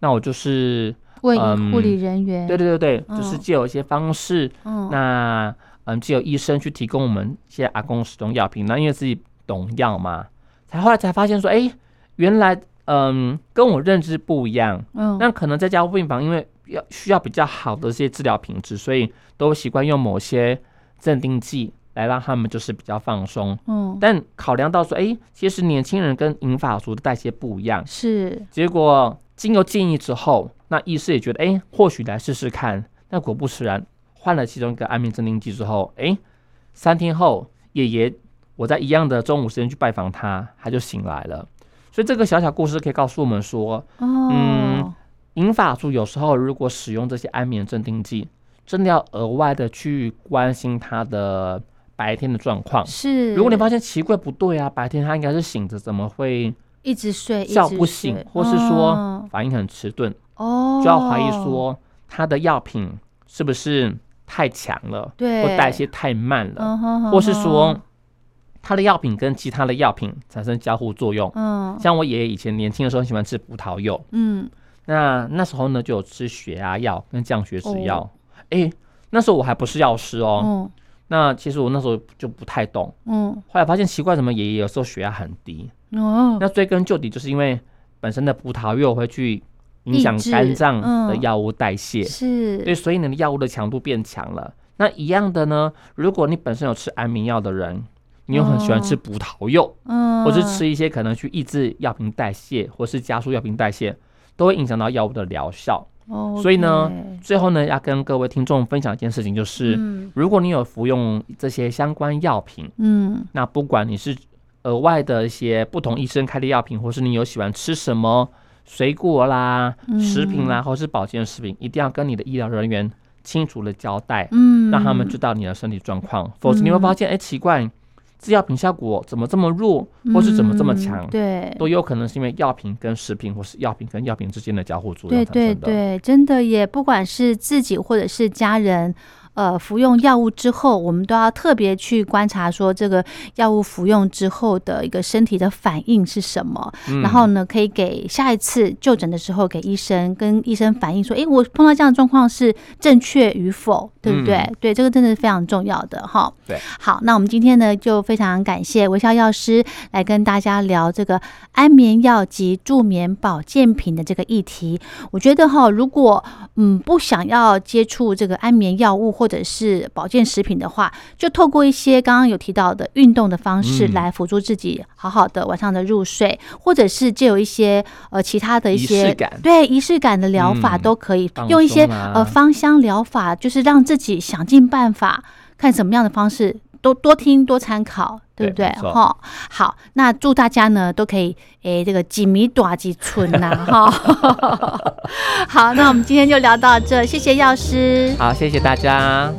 [SPEAKER 3] 那我就是
[SPEAKER 2] 问
[SPEAKER 3] 嗯
[SPEAKER 2] 护理人员，
[SPEAKER 3] 对对对对，就是
[SPEAKER 2] 嗯
[SPEAKER 3] 借有一些方式，
[SPEAKER 2] 嗯，
[SPEAKER 3] 那嗯借由医生去提供我们一些阿公使用药品。那因为自己懂药嘛，才后来才发现说，哎，原来嗯跟我认知不一样。
[SPEAKER 2] 嗯
[SPEAKER 3] 那可能在家护病房，因为要需要比较好的这些治疗品质，所以都习惯用某些镇定剂来让他们就是比较放松。
[SPEAKER 2] 嗯
[SPEAKER 3] 但考量到说，哎、其实年轻人跟银发族的代谢不一样，
[SPEAKER 2] 是
[SPEAKER 3] 结果经由建议之后，那医师也觉得，哎、或许来试试看。那果不其然，换了其中一个安眠镇定剂之后，哎、三天后，爷爷我在一样的中午时间去拜访他，他就醒来了。所以这个小小故事可以告诉我们说，
[SPEAKER 2] 哦
[SPEAKER 3] 嗯，银发族有时候如果使用这些安眠镇定剂，真的要额外的去关心他的白天的状况。
[SPEAKER 2] 是。
[SPEAKER 3] 如果你发现奇怪不对啊，白天他应该是醒着，怎么会
[SPEAKER 2] 一直睡，一
[SPEAKER 3] 叫
[SPEAKER 2] 直
[SPEAKER 3] 不
[SPEAKER 2] 睡
[SPEAKER 3] 醒，或是说
[SPEAKER 2] 哦，
[SPEAKER 3] 反应很迟钝，
[SPEAKER 2] 哦
[SPEAKER 3] 就要怀疑，说他的药品是不是太强了，
[SPEAKER 2] 对，
[SPEAKER 3] 或代谢太慢了，
[SPEAKER 2] 嗯哼，
[SPEAKER 3] 或是说
[SPEAKER 2] 嗯
[SPEAKER 3] 他的药品跟其他的药品产生交互作用。
[SPEAKER 2] 哼，
[SPEAKER 3] 像我爷爷以前年轻的时候很喜欢吃葡萄柚，
[SPEAKER 2] 嗯
[SPEAKER 3] 那那时候呢就有吃血压药跟降血脂药
[SPEAKER 2] 哦。
[SPEAKER 3] 诶，那时候我还不是药师哦，
[SPEAKER 2] 嗯
[SPEAKER 3] 那其实我那时候就不太懂。
[SPEAKER 2] 嗯
[SPEAKER 3] 后来发现奇怪，怎么爷爷有时候血压很低？
[SPEAKER 2] 嗯哦，
[SPEAKER 3] 那追根究底，就是因为本身的葡萄柚会去影响
[SPEAKER 2] 抑制
[SPEAKER 3] 肝脏的
[SPEAKER 2] 嗯
[SPEAKER 3] 药物代谢，对，
[SPEAKER 2] 是，
[SPEAKER 3] 所以你的药物的强度变强了。那一样的呢，如果你本身有吃安眠药的人，你又很喜欢吃葡萄柚，
[SPEAKER 2] 嗯，
[SPEAKER 3] 或是吃一些可能去抑制药品代谢，或是加速药品代谢，都会影响到药物的疗效。
[SPEAKER 2] 哦，
[SPEAKER 3] 所以呢
[SPEAKER 2] OK，
[SPEAKER 3] 最后呢，要跟各位听众分享一件事情，就是、
[SPEAKER 2] 嗯
[SPEAKER 3] 如果你有服用这些相关药品，
[SPEAKER 2] 嗯
[SPEAKER 3] 那不管你是额外的一些不同医生开的药品，或是你有喜欢吃什么水果啦、
[SPEAKER 2] 嗯
[SPEAKER 3] 食品啦，或是保健食品，一定要跟你的医疗人员清楚的交代，
[SPEAKER 2] 嗯，
[SPEAKER 3] 让他们知道你的身体状况，否则你会发现，哎、奇怪，这药品效果怎么这么弱，或是怎么这么
[SPEAKER 2] 嗯
[SPEAKER 3] 强？
[SPEAKER 2] 对，
[SPEAKER 3] 都有可能是因为药品跟食品，或是药品跟药品之间的交互作
[SPEAKER 2] 对
[SPEAKER 3] 用产生
[SPEAKER 2] 对
[SPEAKER 3] 的。
[SPEAKER 2] 对，真的也不管是自己或者是家人。呃，服用药物之后，我们都要特别去观察，说这个药物服用之后的一个身体的反应是什么。
[SPEAKER 3] 嗯
[SPEAKER 2] 然后呢，可以给下一次就诊的时候给医生跟医生反映说，诶，我碰到这样的状况是正确与否，对不对？
[SPEAKER 3] 嗯
[SPEAKER 2] 对，这个真的是非常重要的哈。
[SPEAKER 3] 对，
[SPEAKER 2] 好，那我们今天呢就非常感谢微笑药师来跟大家聊这个安眠药及助眠保健品的这个议题。我觉得哈，如果嗯不想要接触这个安眠药物或者是保健食品的话，就透过一些刚刚有提到的运动的方式
[SPEAKER 3] 嗯
[SPEAKER 2] 来辅助自己好好的晚上的入睡，或者是借有一些呃其他的一
[SPEAKER 3] 仪
[SPEAKER 2] 些
[SPEAKER 3] 式感
[SPEAKER 2] 对仪式感的疗法
[SPEAKER 3] 嗯
[SPEAKER 2] 都可以，
[SPEAKER 3] 放
[SPEAKER 2] 用一些
[SPEAKER 3] 松啊
[SPEAKER 2] 呃芳香疗法，就是让自己想尽办法看什么样的方式。多多听多参考，对不对
[SPEAKER 3] 对？没错
[SPEAKER 2] 哈，好，那祝大家呢都可以诶，这个几米短几寸呐，哈。 好，那我们今天就聊到这，谢谢药师，
[SPEAKER 3] 好，谢谢大家，